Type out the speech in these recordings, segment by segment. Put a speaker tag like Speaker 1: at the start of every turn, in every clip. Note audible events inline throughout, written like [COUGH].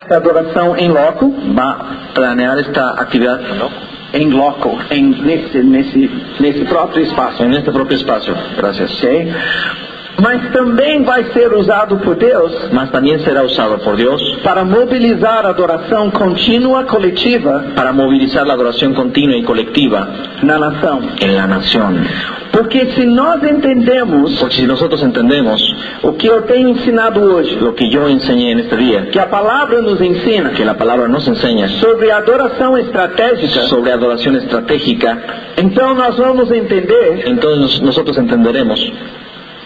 Speaker 1: Esta adoração em loco
Speaker 2: va a planear esta actividad
Speaker 1: em loco, em, nesse, nesse, nesse próprio espaço.
Speaker 2: en este propio espacio. Gracias.
Speaker 1: ok? Mas também vai ser usado por Deus
Speaker 2: Mas también será usado por Dios
Speaker 1: para mobilizar a adoração contínua coletiva
Speaker 2: para movilizar la adoración continua y colectiva
Speaker 1: na nação.
Speaker 2: en la nación.
Speaker 1: Porque se nós entendemos
Speaker 2: Porque si nosotros entendemos
Speaker 1: o que eu tenho ensinado hoje,
Speaker 2: lo que yo enseñé en este día,
Speaker 1: que a palavra nos ensina
Speaker 2: que la palabra nos enseña
Speaker 1: sobre a adoração estratégica,
Speaker 2: sobre adoración estratégica,
Speaker 1: então nós vamos entender
Speaker 2: entonces nosotros entenderemos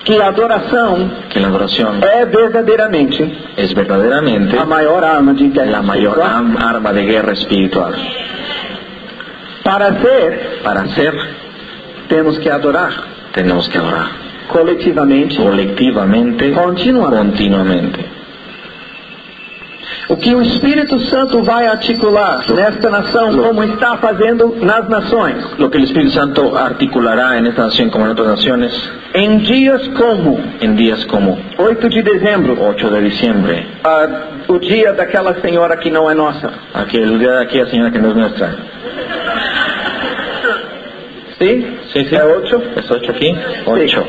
Speaker 1: que a adoração
Speaker 2: que la adoración
Speaker 1: é verdadeiramente
Speaker 2: es verdaderamente
Speaker 1: a maior arma de
Speaker 2: la
Speaker 1: guerra
Speaker 2: mayor am- arma de guerra espiritual.
Speaker 1: Para ser,
Speaker 2: Para hacer,
Speaker 1: temos que adorar
Speaker 2: tenemos que adorar
Speaker 1: coletivamente,
Speaker 2: colectivamente,
Speaker 1: continuamente.
Speaker 2: continuamente.
Speaker 1: O que o Espírito Santo vai articular nesta nação, como está fazendo nas nações,
Speaker 2: Lo que el Espíritu Santo articulará en esta nación como en otras naciones
Speaker 1: em dias como
Speaker 2: en días como
Speaker 1: 8 de dezembro,
Speaker 2: 8 de diciembre,
Speaker 1: ah, o dia daquela senhora que não é nossa.
Speaker 2: aquel día de aquella señora que no es nuestra.
Speaker 1: Sim?
Speaker 2: Sí, sí.
Speaker 1: É 8?
Speaker 2: ¿Es 8 aquí? 8.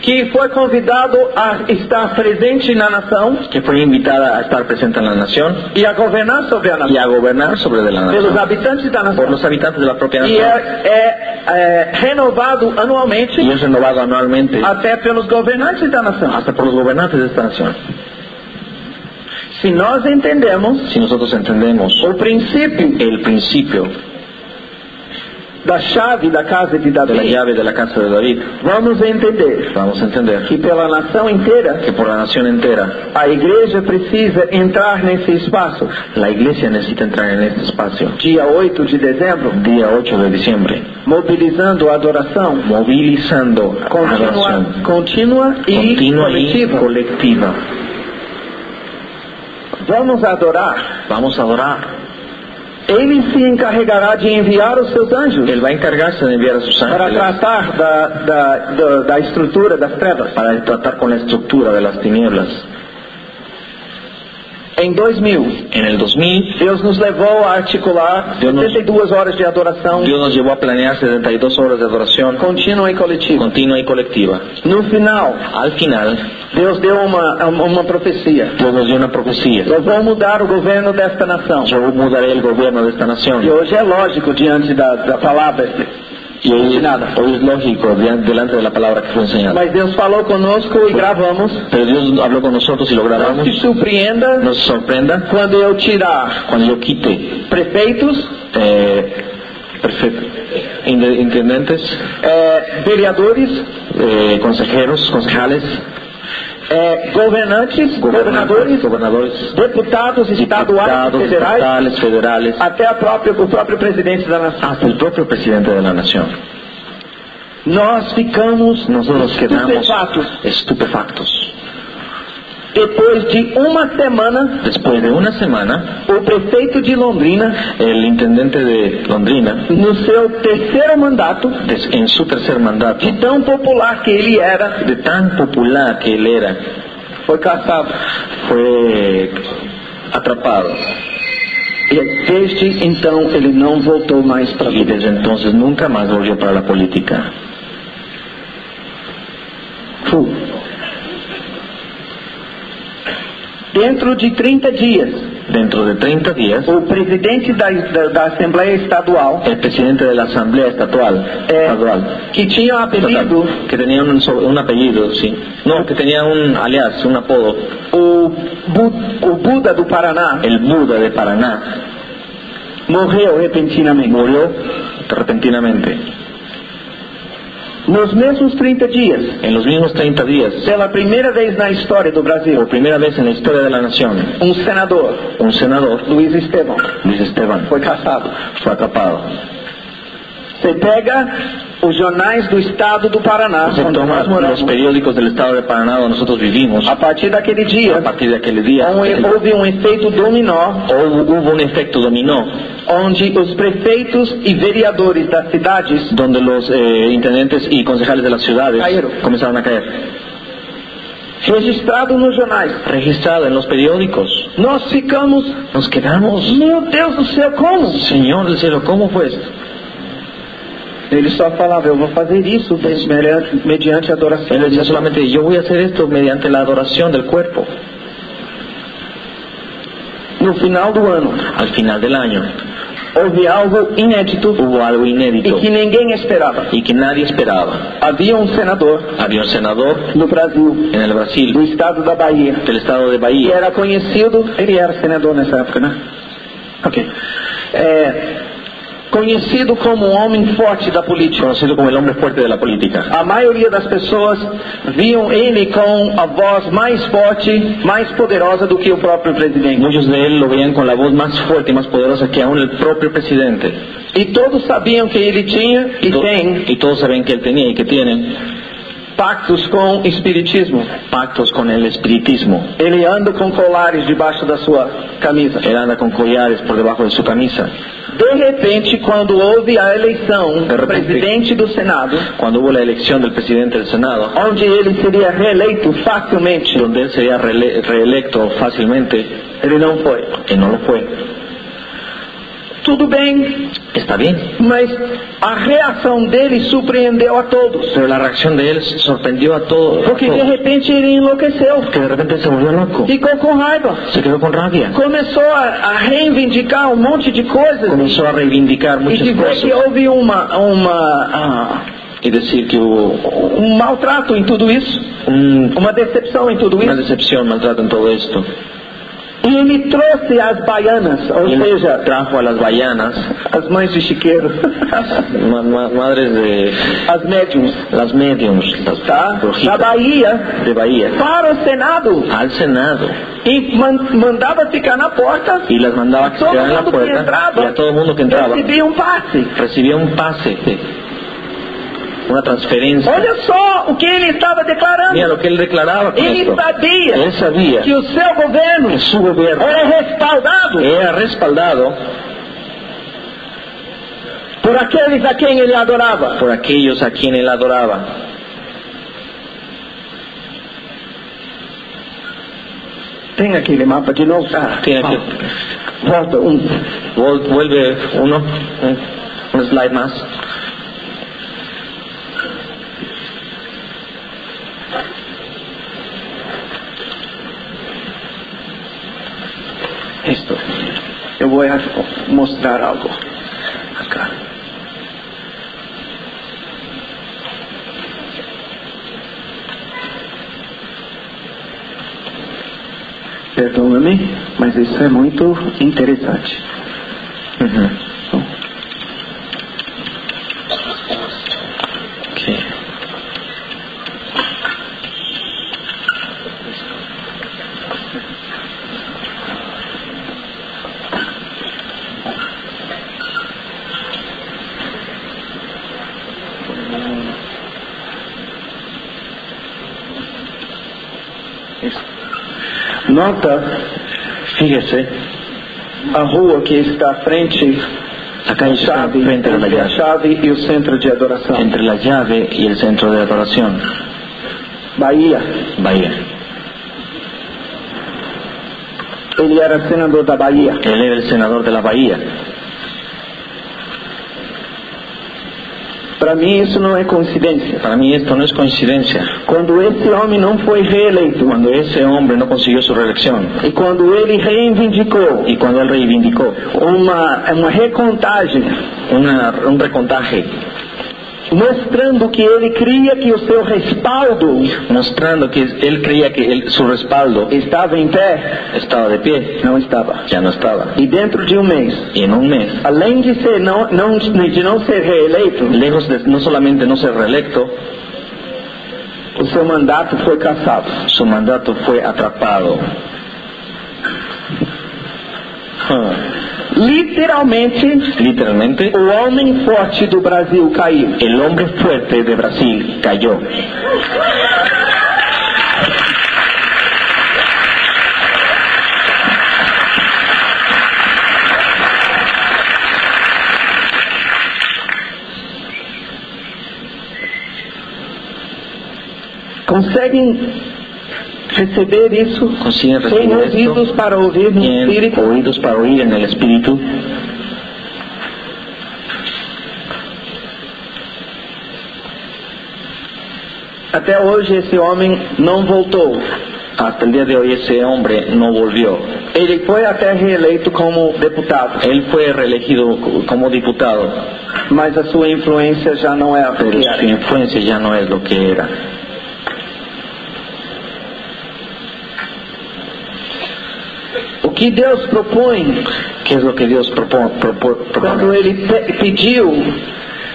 Speaker 1: Que foi convidado a estar presente na nação
Speaker 2: Que fue invitada a estar presente en la nación
Speaker 1: e a governar sobre a
Speaker 2: y
Speaker 1: nação,
Speaker 2: a gobernar sobre de la
Speaker 1: pelos
Speaker 2: nación
Speaker 1: habitantes da
Speaker 2: por
Speaker 1: nação.
Speaker 2: los habitantes de la propia
Speaker 1: E é,
Speaker 2: nación
Speaker 1: é, é renovado anualmente
Speaker 2: y es renovado anualmente
Speaker 1: até pelos governantes da nação.
Speaker 2: hasta por los gobernantes de esta nación.
Speaker 1: Se nós entendemos
Speaker 2: Si nosotros entendemos
Speaker 1: o princípio
Speaker 2: el principio
Speaker 1: da chave da casa de
Speaker 2: de la
Speaker 1: Davi,
Speaker 2: llave de la casa de David,
Speaker 1: vamos entender
Speaker 2: vamos a entender
Speaker 1: que pela nação inteira
Speaker 2: que por la nación entera
Speaker 1: a igreja precisa entrar nesse espaço.
Speaker 2: la iglesia necesita entrar en este espacio.
Speaker 1: Dia 8 de dezembro,
Speaker 2: día 8 de diciembre,
Speaker 1: mobilizando a adoração
Speaker 2: movilizando
Speaker 1: contínua,
Speaker 2: adoración
Speaker 1: contínua e
Speaker 2: continua y
Speaker 1: coletiva.
Speaker 2: colectiva.
Speaker 1: Vamos adorar.
Speaker 2: Vamos a adorar.
Speaker 1: Ele se encarregará de enviar os seus anjos
Speaker 2: Él va a encargarse de enviar a sus
Speaker 1: para
Speaker 2: ángeles
Speaker 1: tratar da, da, da, da estrutura das trevas.
Speaker 2: para tratar con la estructura de las tinieblas.
Speaker 1: Em 2000,
Speaker 2: En el 2000,
Speaker 1: Deus nos levou a articular
Speaker 2: Deus nos-
Speaker 1: 72 horas de adoração
Speaker 2: Dios nos llevó a planear 72 horas de adoración
Speaker 1: contínua e coletiva.
Speaker 2: continua y colectiva.
Speaker 1: No final,
Speaker 2: Al final,
Speaker 1: Deus deu uma, uma, uma profecia.
Speaker 2: Dios nos dio una profecía.
Speaker 1: Eu vou mudar o governo desta nação.
Speaker 2: Yo mudaré el gobierno de esta
Speaker 1: E
Speaker 2: nación.
Speaker 1: hoje é lógico diante da, da palavra.
Speaker 2: Y hoy, hoy es lógico, de- delante de la palabra que fue enseñada.
Speaker 1: Mas Deus falou conosco e gravamos.
Speaker 2: Pero Dios habló con nosotros y lo
Speaker 1: Não
Speaker 2: grabamos.
Speaker 1: se surpreenda
Speaker 2: No se sorprenda
Speaker 1: quando eu tirar
Speaker 2: cuando yo quite
Speaker 1: prefeitos,
Speaker 2: Eh, perfecto. Inde- Intendentes,
Speaker 1: eh, vereadores,
Speaker 2: eh, consejeros, concejales,
Speaker 1: eh, governantes, governadores,
Speaker 2: gobernadores, gobernadores,
Speaker 1: deputados estaduais e
Speaker 2: diputados
Speaker 1: federais,
Speaker 2: estatales, federales,
Speaker 1: até a própria, o próprio presidente da nação.
Speaker 2: hasta el propio presidente de la nación.
Speaker 1: Nós ficamos
Speaker 2: Nosotros nos quedamos
Speaker 1: estupefatos.
Speaker 2: estupefactos.
Speaker 1: Depois de uma semana,
Speaker 2: Después de una semana,
Speaker 1: o prefeito de Londrina,
Speaker 2: el intendente de Londrina,
Speaker 1: no seu terceiro mandato,
Speaker 2: des- en su tercer mandato,
Speaker 1: de tão popular que ele era,
Speaker 2: de tan popular que él era,
Speaker 1: foi caçado.
Speaker 2: fue atrapado.
Speaker 1: E desde então ele não voltou mais para a
Speaker 2: Y
Speaker 1: vida.
Speaker 2: desde entonces nunca más volvió para la política.
Speaker 1: Fu. Dentro de 30 dias,
Speaker 2: Dentro de 30 días,
Speaker 1: o presidente da, da, da Assembleia Estadual,
Speaker 2: el presidente de la Asamblea Estatual,
Speaker 1: Eh,
Speaker 2: estadual
Speaker 1: que tinha apelido
Speaker 2: estatal, que tenía un, so- un apellido, sí. No, que tenía un alias, un apodo,
Speaker 1: o, Bu- o Buda do Paraná,
Speaker 2: el Buda de Paraná,
Speaker 1: morreu repentinamente.
Speaker 2: murió repentinamente.
Speaker 1: Nos mesmos 30 dias,
Speaker 2: En los mismos 30 días,
Speaker 1: pela primeira vez na história do
Speaker 2: por
Speaker 1: Brasil,
Speaker 2: primera vez en la historia de la nación,
Speaker 1: um senador,
Speaker 2: un senador,
Speaker 1: Luiz Estevão,
Speaker 2: Luis Esteban,
Speaker 1: foi caçado.
Speaker 2: fue atrapado.
Speaker 1: Você pega os jornais do estado do Paraná,
Speaker 2: Se
Speaker 1: onde
Speaker 2: toma
Speaker 1: nós
Speaker 2: los
Speaker 1: moramos,
Speaker 2: periódicos del estado de Paraná donde nosotros vivimos,
Speaker 1: a partir daquele
Speaker 2: a
Speaker 1: dia,
Speaker 2: partir de aquel día, el-
Speaker 1: houve houve um efeito dominó
Speaker 2: hubo hubo un efecto dominó
Speaker 1: onde os prefeitos e vereadores das cidades
Speaker 2: donde los eh, intendentes y concejales de las ciudades
Speaker 1: Cayeron.
Speaker 2: comenzaron a caer.
Speaker 1: registrado nos jornais.
Speaker 2: registrado en los periódicos.
Speaker 1: Nós ficamos,
Speaker 2: Nos quedamos.
Speaker 1: meu Deus do céu, como?
Speaker 2: Señor del cielo, ¿cómo fue esto?
Speaker 1: Ele só falava, eu vou fazer isso mediante, mediante adoração.
Speaker 2: Él decía solamente, yo voy a hacer esto mediante la adoración del cuerpo
Speaker 1: No final do ano,
Speaker 2: al final del año.
Speaker 1: houve algo inédito
Speaker 2: Hubo algo
Speaker 1: e
Speaker 2: inédito
Speaker 1: que ninguém esperava.
Speaker 2: y que nadie esperaba.
Speaker 1: Havia um senador
Speaker 2: Había un senador
Speaker 1: no Brasil,
Speaker 2: en el
Speaker 1: do
Speaker 2: Brasil,
Speaker 1: estado da Bahia,
Speaker 2: del estado de
Speaker 1: e
Speaker 2: Bahía.
Speaker 1: era conhecido, ele era senador nessa época, né? Ok. É, conhecido como um homem forte da política.
Speaker 2: conocido como el hombre fuerte de la política.
Speaker 1: A maioria das pessoas viam ele com a voz mais forte, mais poderosa do que o próprio presidente.
Speaker 2: Muchos de él lo veían con la voz más fuerte y más poderosa que aún el propio presidente.
Speaker 1: E todos sabiam que ele tinha e
Speaker 2: To-
Speaker 1: tem
Speaker 2: y todos saben que él tenía y que tiene
Speaker 1: pactos com o espiritismo.
Speaker 2: pactos con el espiritismo.
Speaker 1: Ele anda com colares debaixo da sua camisa.
Speaker 2: Él anda con collares por debajo de su camisa.
Speaker 1: De repente, quando houve a eleição
Speaker 2: De
Speaker 1: do
Speaker 2: repente.
Speaker 1: presidente do Senado,
Speaker 2: Cuando hubo la elección del presidente del Senado,
Speaker 1: onde ele seria reeleito facilmente,
Speaker 2: donde él sería rele- reelecto fácilmente,
Speaker 1: ele não foi.
Speaker 2: que no lo fue.
Speaker 1: Tudo bem,
Speaker 2: Está bien,
Speaker 1: mas a reação dele surpreendeu a todos.
Speaker 2: pero la reacción de él sorprendió a todo- a
Speaker 1: Porque de
Speaker 2: todos.
Speaker 1: repente ele enlouqueceu,
Speaker 2: Que de repente se volvió loco,
Speaker 1: ficou com raiva,
Speaker 2: se quedó con rabia,
Speaker 1: começou a, a reivindicar um monte de coisas
Speaker 2: comenzó a reivindicar
Speaker 1: e
Speaker 2: muchas
Speaker 1: dizer que
Speaker 2: cosas
Speaker 1: houve uma, uma, ah,
Speaker 2: y decir que hubo
Speaker 1: um maltrato em tudo isso,
Speaker 2: un
Speaker 1: uma decepção em tudo
Speaker 2: Una
Speaker 1: isso.
Speaker 2: decepción, maltrato en todo esto.
Speaker 1: E ele trouxe as baianas, ou
Speaker 2: Y
Speaker 1: seja,
Speaker 2: trajo a las baianas,
Speaker 1: as mães de [LAUGHS] chiqueiro,
Speaker 2: ma- ma- madres de
Speaker 1: as médiums,
Speaker 2: las mediums, las
Speaker 1: tá? Da
Speaker 2: brujitas
Speaker 1: Bahia,
Speaker 2: de Bahía,
Speaker 1: para o Senado
Speaker 2: al Senado
Speaker 1: e man- mandava ficar na porta.
Speaker 2: y las mandaba que se
Speaker 1: Todo
Speaker 2: quedaran en la
Speaker 1: mundo que
Speaker 2: puerta
Speaker 1: entraba
Speaker 2: y a todo el mundo que entraba
Speaker 1: Recebia um passe.
Speaker 2: recibía un pase, sí. una transferencia.
Speaker 1: Olha só o que ele estava declarando.
Speaker 2: Mira lo que él declaraba con
Speaker 1: Ele
Speaker 2: esto.
Speaker 1: sabia
Speaker 2: Él sabía
Speaker 1: que o seu governo
Speaker 2: que su gobierno
Speaker 1: era respaldado
Speaker 2: era respaldado
Speaker 1: por aqueles a quem ele adorava.
Speaker 2: por aquellos a quien él adoraba.
Speaker 1: Tem aquele mapa de novo, cara.
Speaker 2: Tiene que-
Speaker 1: Ah, Volta um.
Speaker 2: Vol- Vuelve uno, un- un slide más.
Speaker 1: Isto. Eu vou mostrar algo. Acá. Perdoa-me, mas isso é muito interessante.
Speaker 2: Ujú.
Speaker 1: Nota
Speaker 2: Fíjese,
Speaker 1: a rua que está à frente
Speaker 2: la calle está
Speaker 1: chave,
Speaker 2: frente a la
Speaker 1: entre a
Speaker 2: llave,
Speaker 1: chave e o centro de adoração.
Speaker 2: entre la llave y el centro de adoración,
Speaker 1: Bahia.
Speaker 2: Bahía.
Speaker 1: Ele era senador da Bahia.
Speaker 2: Él era el senador de la Bahía.
Speaker 1: Para mim isso não é coincidência.
Speaker 2: Para mí esto no es coincidencia.
Speaker 1: Quando esse homem não foi reeleito
Speaker 2: Cuando ese hombre no consiguió su reelección
Speaker 1: e quando ele reivindicou
Speaker 2: y cuando él reivindicó
Speaker 1: uma, uma recontagem
Speaker 2: una- un um recontaje
Speaker 1: mostrando que ele cria que o seu respaldo
Speaker 2: mostrando que él creía que él- su respaldo
Speaker 1: estava em pé,
Speaker 2: estaba de pie,
Speaker 1: não estava.
Speaker 2: ya no estaba.
Speaker 1: E dentro de um mês,
Speaker 2: Y en un mes,
Speaker 1: além de, ser não, não, de não ser reeleito,
Speaker 2: lejos de no solamente no ser reelecto,
Speaker 1: o seu mandato foi cassado.
Speaker 2: su mandato fue atrapado.
Speaker 1: Hum.
Speaker 2: Ah.
Speaker 1: Literalmente,
Speaker 2: Literalmente,
Speaker 1: o homem forte do Brasil caiu.
Speaker 2: el hombre fuerte de Brasil cayó.
Speaker 1: Conseguem receber isso
Speaker 2: consiguen
Speaker 1: sem
Speaker 2: recibir
Speaker 1: ouvidos
Speaker 2: esto
Speaker 1: para ouvir no
Speaker 2: en
Speaker 1: Espírito,
Speaker 2: oídos para oír en el Espíritu,
Speaker 1: até hoje esse homem não voltou.
Speaker 2: hasta el día de hoy ese hombre no volvió.
Speaker 1: Ele foi até reeleito como deputado,
Speaker 2: Él fue reelegido como diputado,
Speaker 1: mas a sua influência já não é a
Speaker 2: pero
Speaker 1: que
Speaker 2: su
Speaker 1: era.
Speaker 2: influencia ya no es lo que era.
Speaker 1: O que Deus propõe
Speaker 2: ¿Qué es lo que Dios propo- propo-
Speaker 1: quando
Speaker 2: propone?
Speaker 1: ele pe- pediu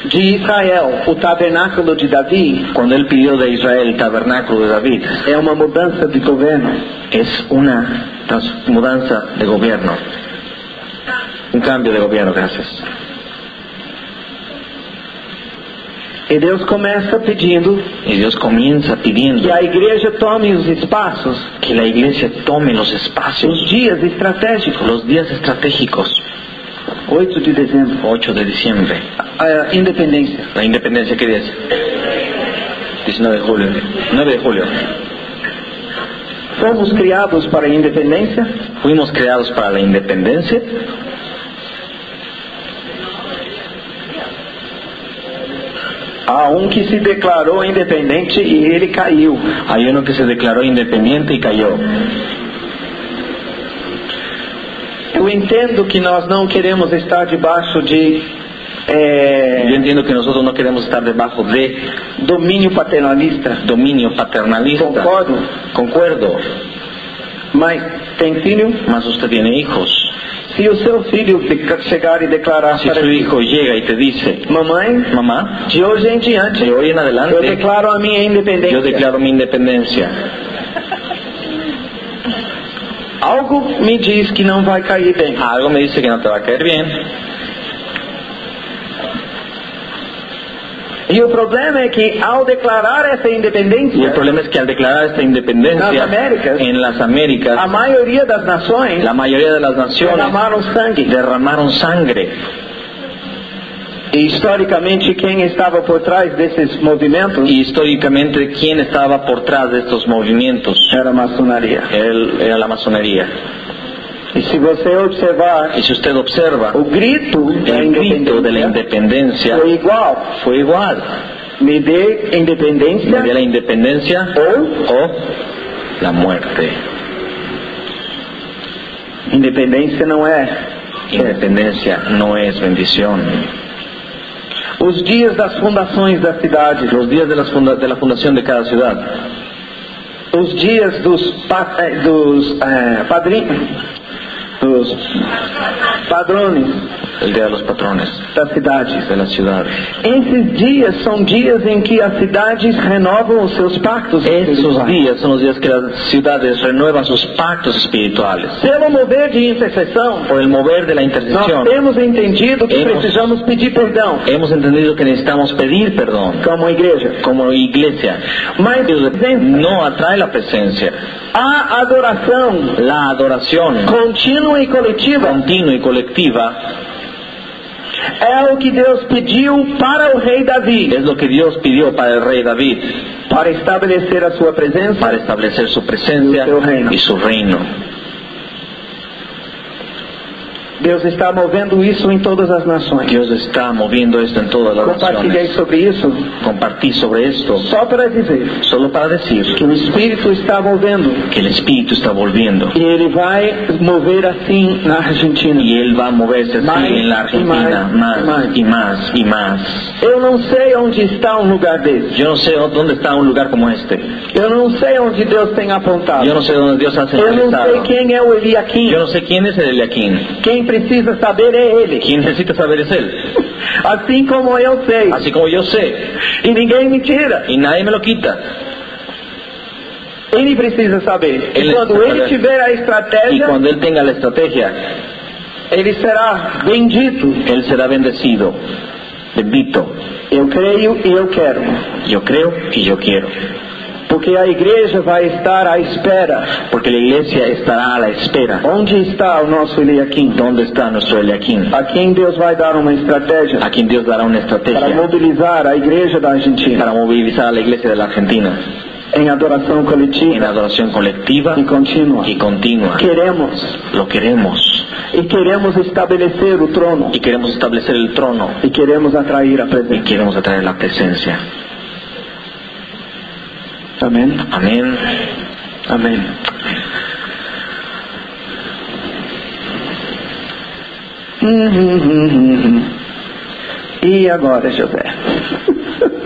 Speaker 1: de Israel o tabernáculo de Davi
Speaker 2: Cuando él pidió de Israel el tabernáculo de David,
Speaker 1: é uma mudança de governo.
Speaker 2: es una trans- mudanza de gobierno, un cambio de gobierno, gracias.
Speaker 1: E Deus começa pedindo
Speaker 2: Y Dios comienza pidiendo
Speaker 1: que a igreja tome os espaços,
Speaker 2: que la iglesia tome los
Speaker 1: os
Speaker 2: espacios,
Speaker 1: dias estratégicos.
Speaker 2: los días estratégicos,
Speaker 1: 8 de dezembro,
Speaker 2: 8 de diciembre,
Speaker 1: a independência.
Speaker 2: la independencia que es 19 de julio, 9 de julio.
Speaker 1: Fomos criados para a independência,
Speaker 2: Fuimos creados para la independencia,
Speaker 1: há um que se declarou independente e ele caiu.
Speaker 2: hay uno que se declaró independiente y cayó.
Speaker 1: Eu entendo que nós não queremos estar debaixo de
Speaker 2: Yo
Speaker 1: eh,
Speaker 2: entiendo que nosotros no queremos estar debajo de
Speaker 1: domínio paternalista,
Speaker 2: dominio paternalista,
Speaker 1: concordo,
Speaker 2: concuerdo,
Speaker 1: mas tem filho?
Speaker 2: más usted tiene hijos.
Speaker 1: Se o seu filho de- chegar e declarar
Speaker 2: Si
Speaker 1: para
Speaker 2: su
Speaker 1: ti,
Speaker 2: hijo llega y te dice,
Speaker 1: mamãe,
Speaker 2: mamá,
Speaker 1: de hoje em diante,
Speaker 2: de hoy en
Speaker 1: eu
Speaker 2: adelante
Speaker 1: declaro a minha independência.
Speaker 2: yo declaro mi independencia,
Speaker 1: Algo me diz que não vai cair bem.
Speaker 2: algo me dice que no te va a caer bien.
Speaker 1: E o problema é que ao declarar essa
Speaker 2: Y el
Speaker 1: independência,
Speaker 2: problema es que al declarar esta independencia
Speaker 1: Las Américas.
Speaker 2: en las Américas,
Speaker 1: a maioria das nações
Speaker 2: la mayoría de las naciones
Speaker 1: derramaram sangue.
Speaker 2: derramaron sangre
Speaker 1: E historicamente quem estava por trás desses movimentos
Speaker 2: y históricamente quién estaba por trás de estos movimientos
Speaker 1: era a maçonaria.
Speaker 2: Él- era la masonería.
Speaker 1: E se você observar,
Speaker 2: Y si usted observa,
Speaker 1: o grito da
Speaker 2: el grito de la
Speaker 1: independência
Speaker 2: independencia
Speaker 1: foi igual.
Speaker 2: fue igual,
Speaker 1: Me dê
Speaker 2: Me dio
Speaker 1: independência
Speaker 2: la independencia
Speaker 1: ou
Speaker 2: o la muerte.
Speaker 1: independência não é.
Speaker 2: Independencia no es bendición.
Speaker 1: Os dias das fundações da cidade,
Speaker 2: Los días de, las funda- de la fundación de cada ciudad,
Speaker 1: os dias dos, pa- eh, dos eh, padrinhos, dos padrões
Speaker 2: el día de los patrones
Speaker 1: da cidade.
Speaker 2: de la ciudad.
Speaker 1: Esses dias são dias em que as cidades renovam os seus pactos.
Speaker 2: Esos
Speaker 1: espirituais.
Speaker 2: días son los días que las ciudades renuevan sus pactos espirituales.
Speaker 1: Pelo mover de intercessão,
Speaker 2: Por el mover de la
Speaker 1: nós
Speaker 2: intercesión,
Speaker 1: temos entendido que
Speaker 2: Hemos-
Speaker 1: precisamos pedir perdão
Speaker 2: hemos entendido que necesitamos pedir perdón
Speaker 1: como igreja.
Speaker 2: como iglesia.
Speaker 1: Mas
Speaker 2: No atrae la presencia.
Speaker 1: a adoração
Speaker 2: La adoración
Speaker 1: contínua e coletiva
Speaker 2: continua y colectiva
Speaker 1: é o que Deus pediu para o rei Davi,
Speaker 2: es lo que Dios pidió para el rey David
Speaker 1: para estabelecer a sua presença.
Speaker 2: para establecer su presencia y su reino.
Speaker 1: Deus está movendo isso em todas as nações.
Speaker 2: Dios está moviendo esto en todas las naciones.
Speaker 1: Compartilhei sobre isso
Speaker 2: compartí sobre esto
Speaker 1: só para dizer
Speaker 2: solo para decir
Speaker 1: que o Espírito está movendo
Speaker 2: que el Espíritu está volviendo
Speaker 1: e ele vai mover assim na Argentina.
Speaker 2: y Él va a moverse así
Speaker 1: Más
Speaker 2: en la
Speaker 1: y
Speaker 2: Argentina
Speaker 1: más,
Speaker 2: más
Speaker 1: y
Speaker 2: y más y más.
Speaker 1: Eu não sei onde está um lugar desse.
Speaker 2: Yo no sé o- dónde está un lugar como este.
Speaker 1: Eu não sei onde Deus tem
Speaker 2: Yo
Speaker 1: apontado.
Speaker 2: no sé dónde Dios ha
Speaker 1: Eu não
Speaker 2: centralizado.
Speaker 1: sei quem é o
Speaker 2: Yo
Speaker 1: Eliakim.
Speaker 2: no sé quién es el Eliaquín.
Speaker 1: Quem precisa saber é ele.
Speaker 2: Quien necesita saber es Él.
Speaker 1: Assim como eu sei.
Speaker 2: Así como yo sé.
Speaker 1: E ninguém me tira.
Speaker 2: Y nadie me lo quita.
Speaker 1: Ele precisa saber. E
Speaker 2: Ele-
Speaker 1: quando ele tiver a
Speaker 2: Y
Speaker 1: estratégia,
Speaker 2: cuando Él tenga la estrategia,
Speaker 1: ele será bendito.
Speaker 2: Él será bendecido. Bendito.
Speaker 1: Eu creio e eu quero.
Speaker 2: Yo creo y yo quiero.
Speaker 1: Porque a igreja vai estar à espera.
Speaker 2: Porque la iglesia estará a la espera.
Speaker 1: Onde
Speaker 2: Oh,
Speaker 1: está o nosso Eliakim?
Speaker 2: ¿Dónde está nuestro Eliaquín?
Speaker 1: A quem Deus vai dar uma estratégia
Speaker 2: a quien Dios dará una
Speaker 1: para
Speaker 2: estrategia
Speaker 1: mobilizar a igreja da Argentina.
Speaker 2: para movilizar a la iglesia de la Argentina.
Speaker 1: em adoração
Speaker 2: en
Speaker 1: coletiva
Speaker 2: adoración colectiva
Speaker 1: e contínua.
Speaker 2: y continua.
Speaker 1: Queremos
Speaker 2: Lo queremos
Speaker 1: e queremos estabelecer o trono
Speaker 2: y queremos establecer el trono
Speaker 1: e queremos atrair a
Speaker 2: y
Speaker 1: presença.
Speaker 2: queremos atraer la presencia.
Speaker 1: Amém.
Speaker 2: Amén.
Speaker 1: Amém. [LAUGHS] Hum, hum, hum, hum, hum. E agora, José? [LAUGHS]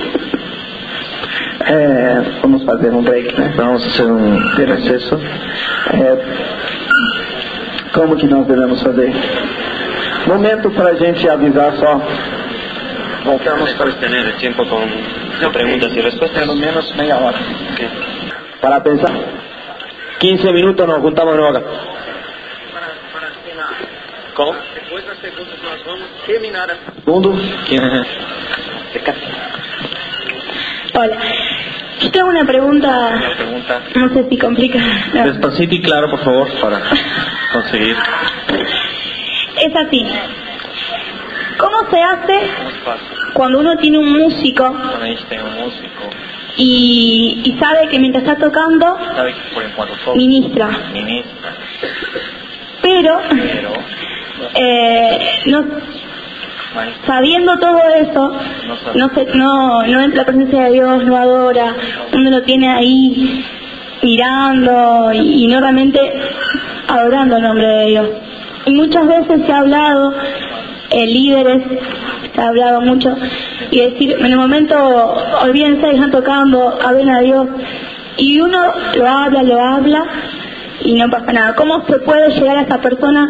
Speaker 1: É, vamos fazer um break, né?
Speaker 2: Vamos a hacer un receso.
Speaker 1: É, como que nós devemos fazer? Momento para a gente avisar só. Voltamos para
Speaker 2: tener el tiempo con
Speaker 1: preguntas
Speaker 2: y respuestas.
Speaker 1: pelo é menos meia hora. Para pensar.
Speaker 2: 15 minutos nos juntamos de nuevo acá. ¿Cómo?
Speaker 1: Segundo,
Speaker 3: Hola. Yo tengo una pregunta,
Speaker 2: pregunta.
Speaker 3: no sé si complicada. No.
Speaker 2: Despacito y claro, por favor, para conseguir.
Speaker 3: Es así. ¿Cómo se hace cuando uno tiene un músico
Speaker 2: Cuando Einstein este, un músico,
Speaker 3: y, y sabe que mientras está tocando
Speaker 2: sabe que por enquanto toca,
Speaker 3: ministra,
Speaker 2: ministra,
Speaker 3: pero
Speaker 2: pero
Speaker 3: eh, no-
Speaker 2: maestro
Speaker 3: sabiendo todo eso,
Speaker 2: no sabe.
Speaker 3: no, se, no, no entra la presencia de Dios, no adora, uno lo tiene ahí mirando y, y no realmente adorando el nombre de Dios. Y muchas veces se ha hablado, eh, líderes, se ha hablado mucho, y decir, en el momento, olvídense, están tocando, hablen a Dios, y uno lo habla, lo habla, y no pasa nada. ¿Cómo se puede llegar a esa persona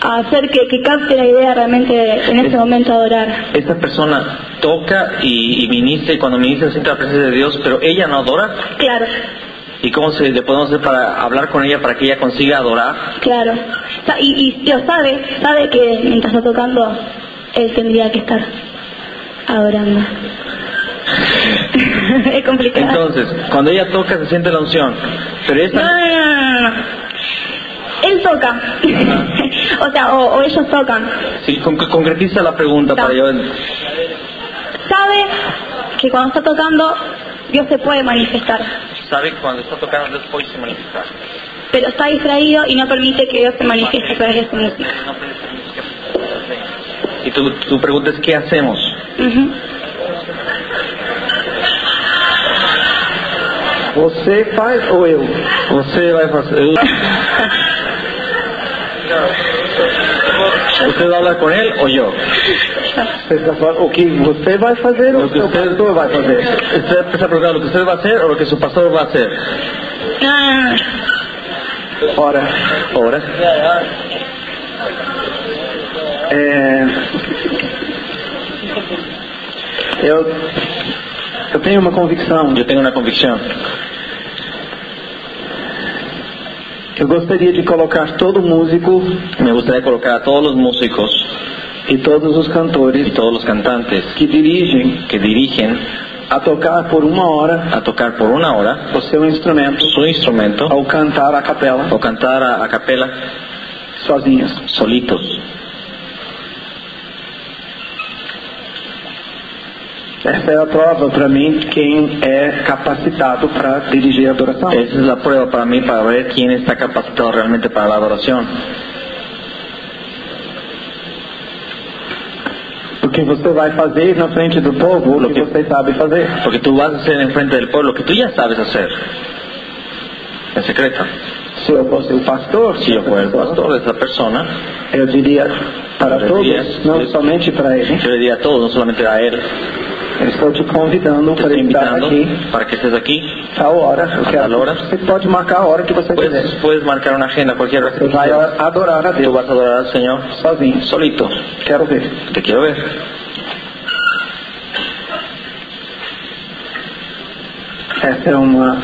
Speaker 3: a hacer que, que capte la idea realmente de, en ese momento adorar?
Speaker 2: Esta persona toca y, y ministra, y cuando ministra siente la presencia de Dios, pero ella no adora.
Speaker 3: Claro,
Speaker 2: ¿Y cómo se, le podemos hacer para hablar con ella para que ella consiga adorar?
Speaker 3: claro. Sa- Y, y Dios sabe, sabe que mientras está tocando, él tendría que estar adorando. [LAUGHS] es complicado.
Speaker 2: Entonces, cuando ella toca se siente la unción, pero
Speaker 3: no,
Speaker 2: esta
Speaker 3: no, no, no, no. Él toca. [LAUGHS] o sea, o, o ellos tocan.
Speaker 2: si con- concretiza la pregunta para yo.
Speaker 3: Sabe que cuando está tocando, Dios se puede manifestar.
Speaker 2: Sabe cuando está tocando Dios puede se manifestar.
Speaker 3: Pero está distraído y no permite que Dios se manifieste a través de su música.
Speaker 2: Y tu, tu pregunta es qué hacemos.
Speaker 3: Ujú.
Speaker 1: você faz ou eu?
Speaker 2: Você vai fazer. Você habla com ele ou eu?
Speaker 1: Você está falando O que você vai fazer ou o seu pastor vai fazer?
Speaker 2: Você precisa perguntar o que você vai fazer ou o que seu pastor vai fazer.
Speaker 3: No, no, no, no.
Speaker 1: Ora,
Speaker 2: Ora.
Speaker 1: é... eu, eu tenho uma convicção.
Speaker 2: Eu tenho uma convicção.
Speaker 1: Eu gostaria de colocar todo músico
Speaker 2: Me gostaria de colocar a todos os músicos
Speaker 1: e todos os
Speaker 2: e
Speaker 1: cantores
Speaker 2: todos os cantantes
Speaker 1: que dirigem
Speaker 2: que dirigem
Speaker 1: a tocar por uma hora
Speaker 2: a tocar por uma hora
Speaker 1: o seu instrumento
Speaker 2: seu instrumento
Speaker 1: ao cantar a capela
Speaker 2: ou cantar a, a capela
Speaker 1: sozinhos.
Speaker 2: solitos.
Speaker 1: Essa é a prova para mim de quem é capacitado para dirigir a adoração.
Speaker 2: Esa es la prueba para mí para ver quién está capacitado realmente para la adoración.
Speaker 1: O que você vai fazer na frente do povo, o que você sabe fazer.
Speaker 2: Porque tú vas a hacer enfrente del pueblo lo que tú ya sabes hacer. En secreto.
Speaker 1: Se eu fosse o pastor,
Speaker 2: Si yo fuera el pastor de esa persona,
Speaker 1: eu diria para
Speaker 2: Eu diria.
Speaker 1: todos, não somente para ele.
Speaker 2: yo le diría a todos, no solamente a él,
Speaker 1: Eu estou te convidando
Speaker 2: te
Speaker 1: para
Speaker 2: estoy
Speaker 1: estar
Speaker 2: invitando
Speaker 1: aqui
Speaker 2: para que estés aquí.
Speaker 1: tal hora. Eu
Speaker 2: A
Speaker 1: quero-
Speaker 2: tal hora.
Speaker 1: Você pode marcar a hora que você
Speaker 2: Puedes,
Speaker 1: quiser.
Speaker 2: puedes marcar una agenda cualquier hora que
Speaker 1: Você
Speaker 2: tú
Speaker 1: vai
Speaker 2: quieras.
Speaker 1: adorar a
Speaker 2: Tú
Speaker 1: Deus
Speaker 2: vas a adorar al Señor
Speaker 1: sozinho.
Speaker 2: solito.
Speaker 1: Quero ver.
Speaker 2: Te quiero ver.
Speaker 1: Essa é uma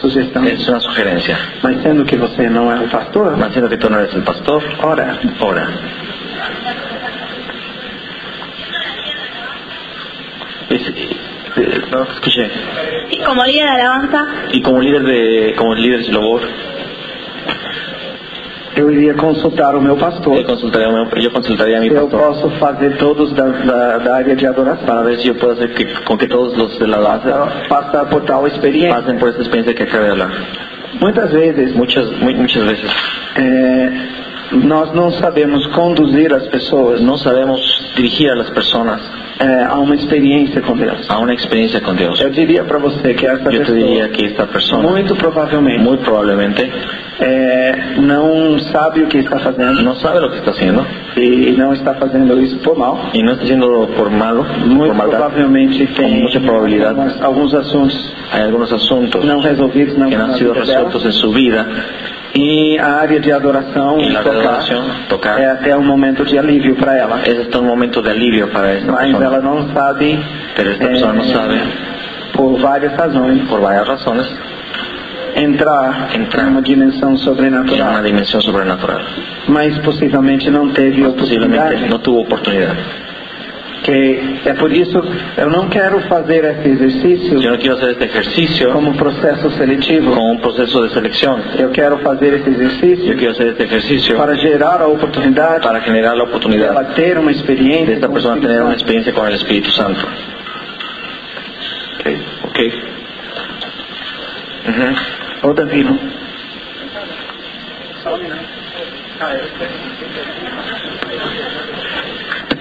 Speaker 1: sugestão.
Speaker 2: Es una sugerencia.
Speaker 1: Mas sendo que você não é o pastor,
Speaker 2: Más siendo que tú no eres el pastor,
Speaker 1: ora,
Speaker 2: ora. Es- eh, no, escuché.
Speaker 3: Sí, Como líder de alabanza,
Speaker 2: Y como líder de, como líder de labor,
Speaker 1: Eu iria consultar o meu
Speaker 2: Yo
Speaker 1: pastor.
Speaker 2: consultaría, a mi- yo consultaría a mi
Speaker 1: Eu
Speaker 2: pastor
Speaker 1: posso fazer todos da, da, da área de adoração.
Speaker 2: para ver si yo puedo hacer que, con que todos los de la base
Speaker 1: Passar, passar por tal experiência.
Speaker 2: pasen por esta experiencia que acabo de hablar.
Speaker 1: Muitas vezes
Speaker 2: Muchas, muy- muchas veces
Speaker 1: é, nós não sabemos conduzir as pessoas
Speaker 2: no sabemos dirigir a las personas
Speaker 1: é, a uma experiência com Deus.
Speaker 2: a una experiencia con Dios.
Speaker 1: Eu diria para você que essa
Speaker 2: Yo te
Speaker 1: pessoa
Speaker 2: diría que esta persona
Speaker 1: muito provavelmente
Speaker 2: muy probablemente
Speaker 1: é, não sabe o que está fazendo
Speaker 2: no sabe lo que está haciendo
Speaker 1: e não está fazendo isso por mal.
Speaker 2: y no está haciendo por malo,
Speaker 1: Muito
Speaker 2: por maldad.
Speaker 1: provavelmente
Speaker 2: Com
Speaker 1: tem
Speaker 2: muita probabilidade.
Speaker 1: algumas- alguns assuntos
Speaker 2: Hay algunos asuntos
Speaker 1: não resolvidos não
Speaker 2: que no han
Speaker 1: na
Speaker 2: sido
Speaker 1: vida dela.
Speaker 2: resueltos en su vida
Speaker 1: E a área de adoração
Speaker 2: y
Speaker 1: e
Speaker 2: la
Speaker 1: tocar
Speaker 2: relación,
Speaker 1: é
Speaker 2: tocar,
Speaker 1: até um momento de alívio para ela.
Speaker 2: es hasta un momento de alivio para esta
Speaker 1: Mas
Speaker 2: persona.
Speaker 1: ela não sabe,
Speaker 2: Pero esta
Speaker 1: é,
Speaker 2: persona no sabe,
Speaker 1: por várias razões,
Speaker 2: por varias razones,
Speaker 1: entrar,
Speaker 2: Entrar.
Speaker 1: em uma dimensão
Speaker 2: en una
Speaker 1: sobrenatural.
Speaker 2: dimensión sobrenatural. Pues
Speaker 1: Mas possivelmente não teve
Speaker 2: Posiblemente
Speaker 1: oportunidade.
Speaker 2: no tuvo oportunidad.
Speaker 1: Que é por isso eu não quero fazer esse exercício
Speaker 2: Yo no quiero hacer este ejercicio
Speaker 1: como processo seletivo.
Speaker 2: como un proceso de selección.
Speaker 1: Eu quero fazer esse
Speaker 2: Yo
Speaker 1: exercício
Speaker 2: quiero hacer este ejercicio
Speaker 1: para gerar a oportunidade
Speaker 2: para generar la oportunidad
Speaker 1: dela ter uma experiência
Speaker 2: de esta
Speaker 1: com
Speaker 2: persona
Speaker 1: o Espírito
Speaker 2: tener una
Speaker 1: Santo.
Speaker 2: experiencia con el Espíritu Santo. Ok, ok. Ujú.
Speaker 1: Ô Davi, não-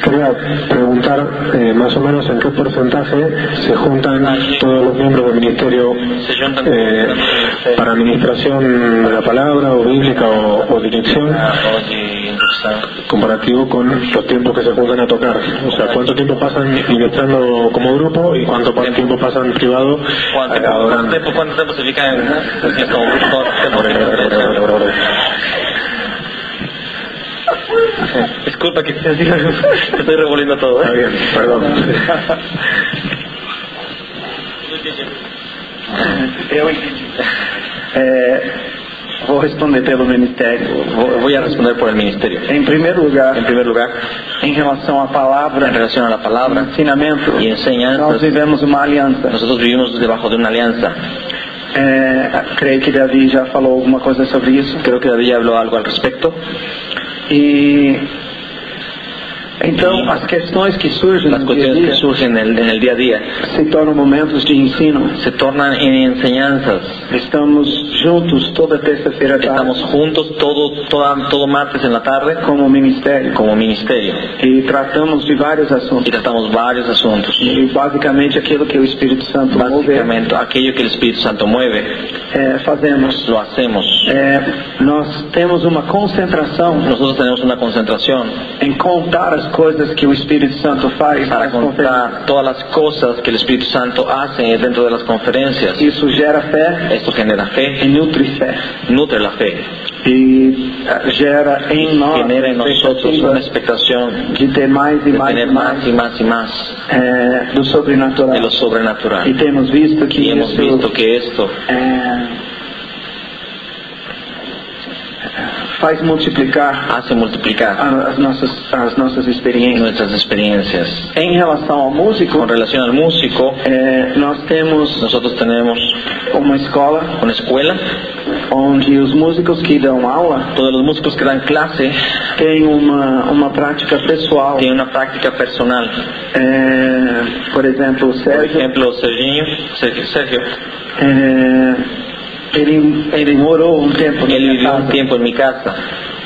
Speaker 4: Quería preguntar eh, más o menos en qué porcentaje se juntan todos los miembros del ministerio
Speaker 2: Se juntan todos
Speaker 4: eh,
Speaker 2: los miembros del
Speaker 4: para administración de la palabra o bíblica o, o dirección
Speaker 2: Ah, oye, interesante.
Speaker 4: comparativo con los tiempos que se juntan a tocar. O sea, cuánto tiempo pasan ministrando como grupo y cuánto pa- tiempo pasan privado
Speaker 2: ¿Cuánto
Speaker 4: eh, adorando.
Speaker 2: tiempo- cuánto tiempo se fica en- en como grupo? Disculpa que te diga, [LAUGHS] te estoy revolviendo todo.
Speaker 4: Está
Speaker 2: ¿eh?
Speaker 4: bien, perdón.
Speaker 1: Eu é, vou responder pelo ministério.
Speaker 2: Voy- Voy a responder por el ministerio.
Speaker 1: Em primeiro lugar,
Speaker 2: En primer lugar,
Speaker 1: em relação à palavra,
Speaker 2: en relación a la
Speaker 1: ao
Speaker 2: palabra
Speaker 1: ensinamento,
Speaker 2: y
Speaker 1: nós
Speaker 2: enseñanzas,
Speaker 1: vivemos uma aliança.
Speaker 2: nosotros vivimos debajo de una alianza.
Speaker 1: É, creio que Davi já falou alguma coisa sobre isso.
Speaker 2: Creo que David habló algo al respecto.
Speaker 1: E então as questões que surgem
Speaker 2: Las
Speaker 1: no dia a
Speaker 2: cuestiones que
Speaker 1: dia
Speaker 2: surgen en el, en el día a día
Speaker 1: se tornam momentos de ensino.
Speaker 2: se tornan en enseñanzas.
Speaker 1: Estamos juntos toda terça-feira à
Speaker 2: Estamos
Speaker 1: tarde
Speaker 2: juntos todo, toda- todo martes en la tarde
Speaker 1: como ministério
Speaker 2: como ministerio
Speaker 1: e tratamos de vários
Speaker 2: y
Speaker 1: assuntos.
Speaker 2: tratamos varios asuntos.
Speaker 1: E basicamente aquilo que o Espírito Santo mover
Speaker 2: Básicamente, aquello que el Espíritu Santo mueve, pues,
Speaker 1: é, fazemos.
Speaker 2: lo hacemos.
Speaker 1: É, nós temos uma concentração
Speaker 2: Nosotros tenemos una concentración
Speaker 1: em contar as coisas que o Espírito Santo faz
Speaker 2: para
Speaker 1: nas
Speaker 2: contar
Speaker 1: conferências.
Speaker 2: todas las cosas que el Espíritu Santo hace dentro de las conferencias.
Speaker 1: Isso gera fé
Speaker 2: Esto genera fe,
Speaker 1: e nutre fé.
Speaker 2: nutre la fe,
Speaker 1: E ah, gera em nós
Speaker 2: genera en nosotros
Speaker 1: expectativa
Speaker 2: una expectación
Speaker 1: de ter mais e
Speaker 2: de
Speaker 1: mais e
Speaker 2: tener más y
Speaker 1: mais
Speaker 2: más y más
Speaker 1: é, do sobrenatural.
Speaker 2: de lo
Speaker 1: E
Speaker 2: sobrenatural.
Speaker 1: temos visto que
Speaker 2: Y hemos
Speaker 1: isso
Speaker 2: visto que esto
Speaker 1: é, faz multiplicar
Speaker 2: hace multiplicar
Speaker 1: as nossas, as nossas experiências.
Speaker 2: nuestras experiencias.
Speaker 1: Em relação ao músico,
Speaker 2: Con relación al músico,
Speaker 1: é, nós temos
Speaker 2: nosotros tenemos
Speaker 1: uma escola
Speaker 2: una escuela,
Speaker 1: onde os músicos que dão aula
Speaker 2: todos los músicos que dan clase
Speaker 1: têm uma, uma prática pessoal.
Speaker 2: tienen una práctica personal.
Speaker 1: É, por exemplo, o
Speaker 2: Por
Speaker 1: Sérgio,
Speaker 2: ejemplo, Serginho, Sergio, Sergio,
Speaker 1: é, ele, ele morou um tempo na
Speaker 2: él
Speaker 1: minha
Speaker 2: vivió un
Speaker 1: casa
Speaker 2: tiempo en mi casa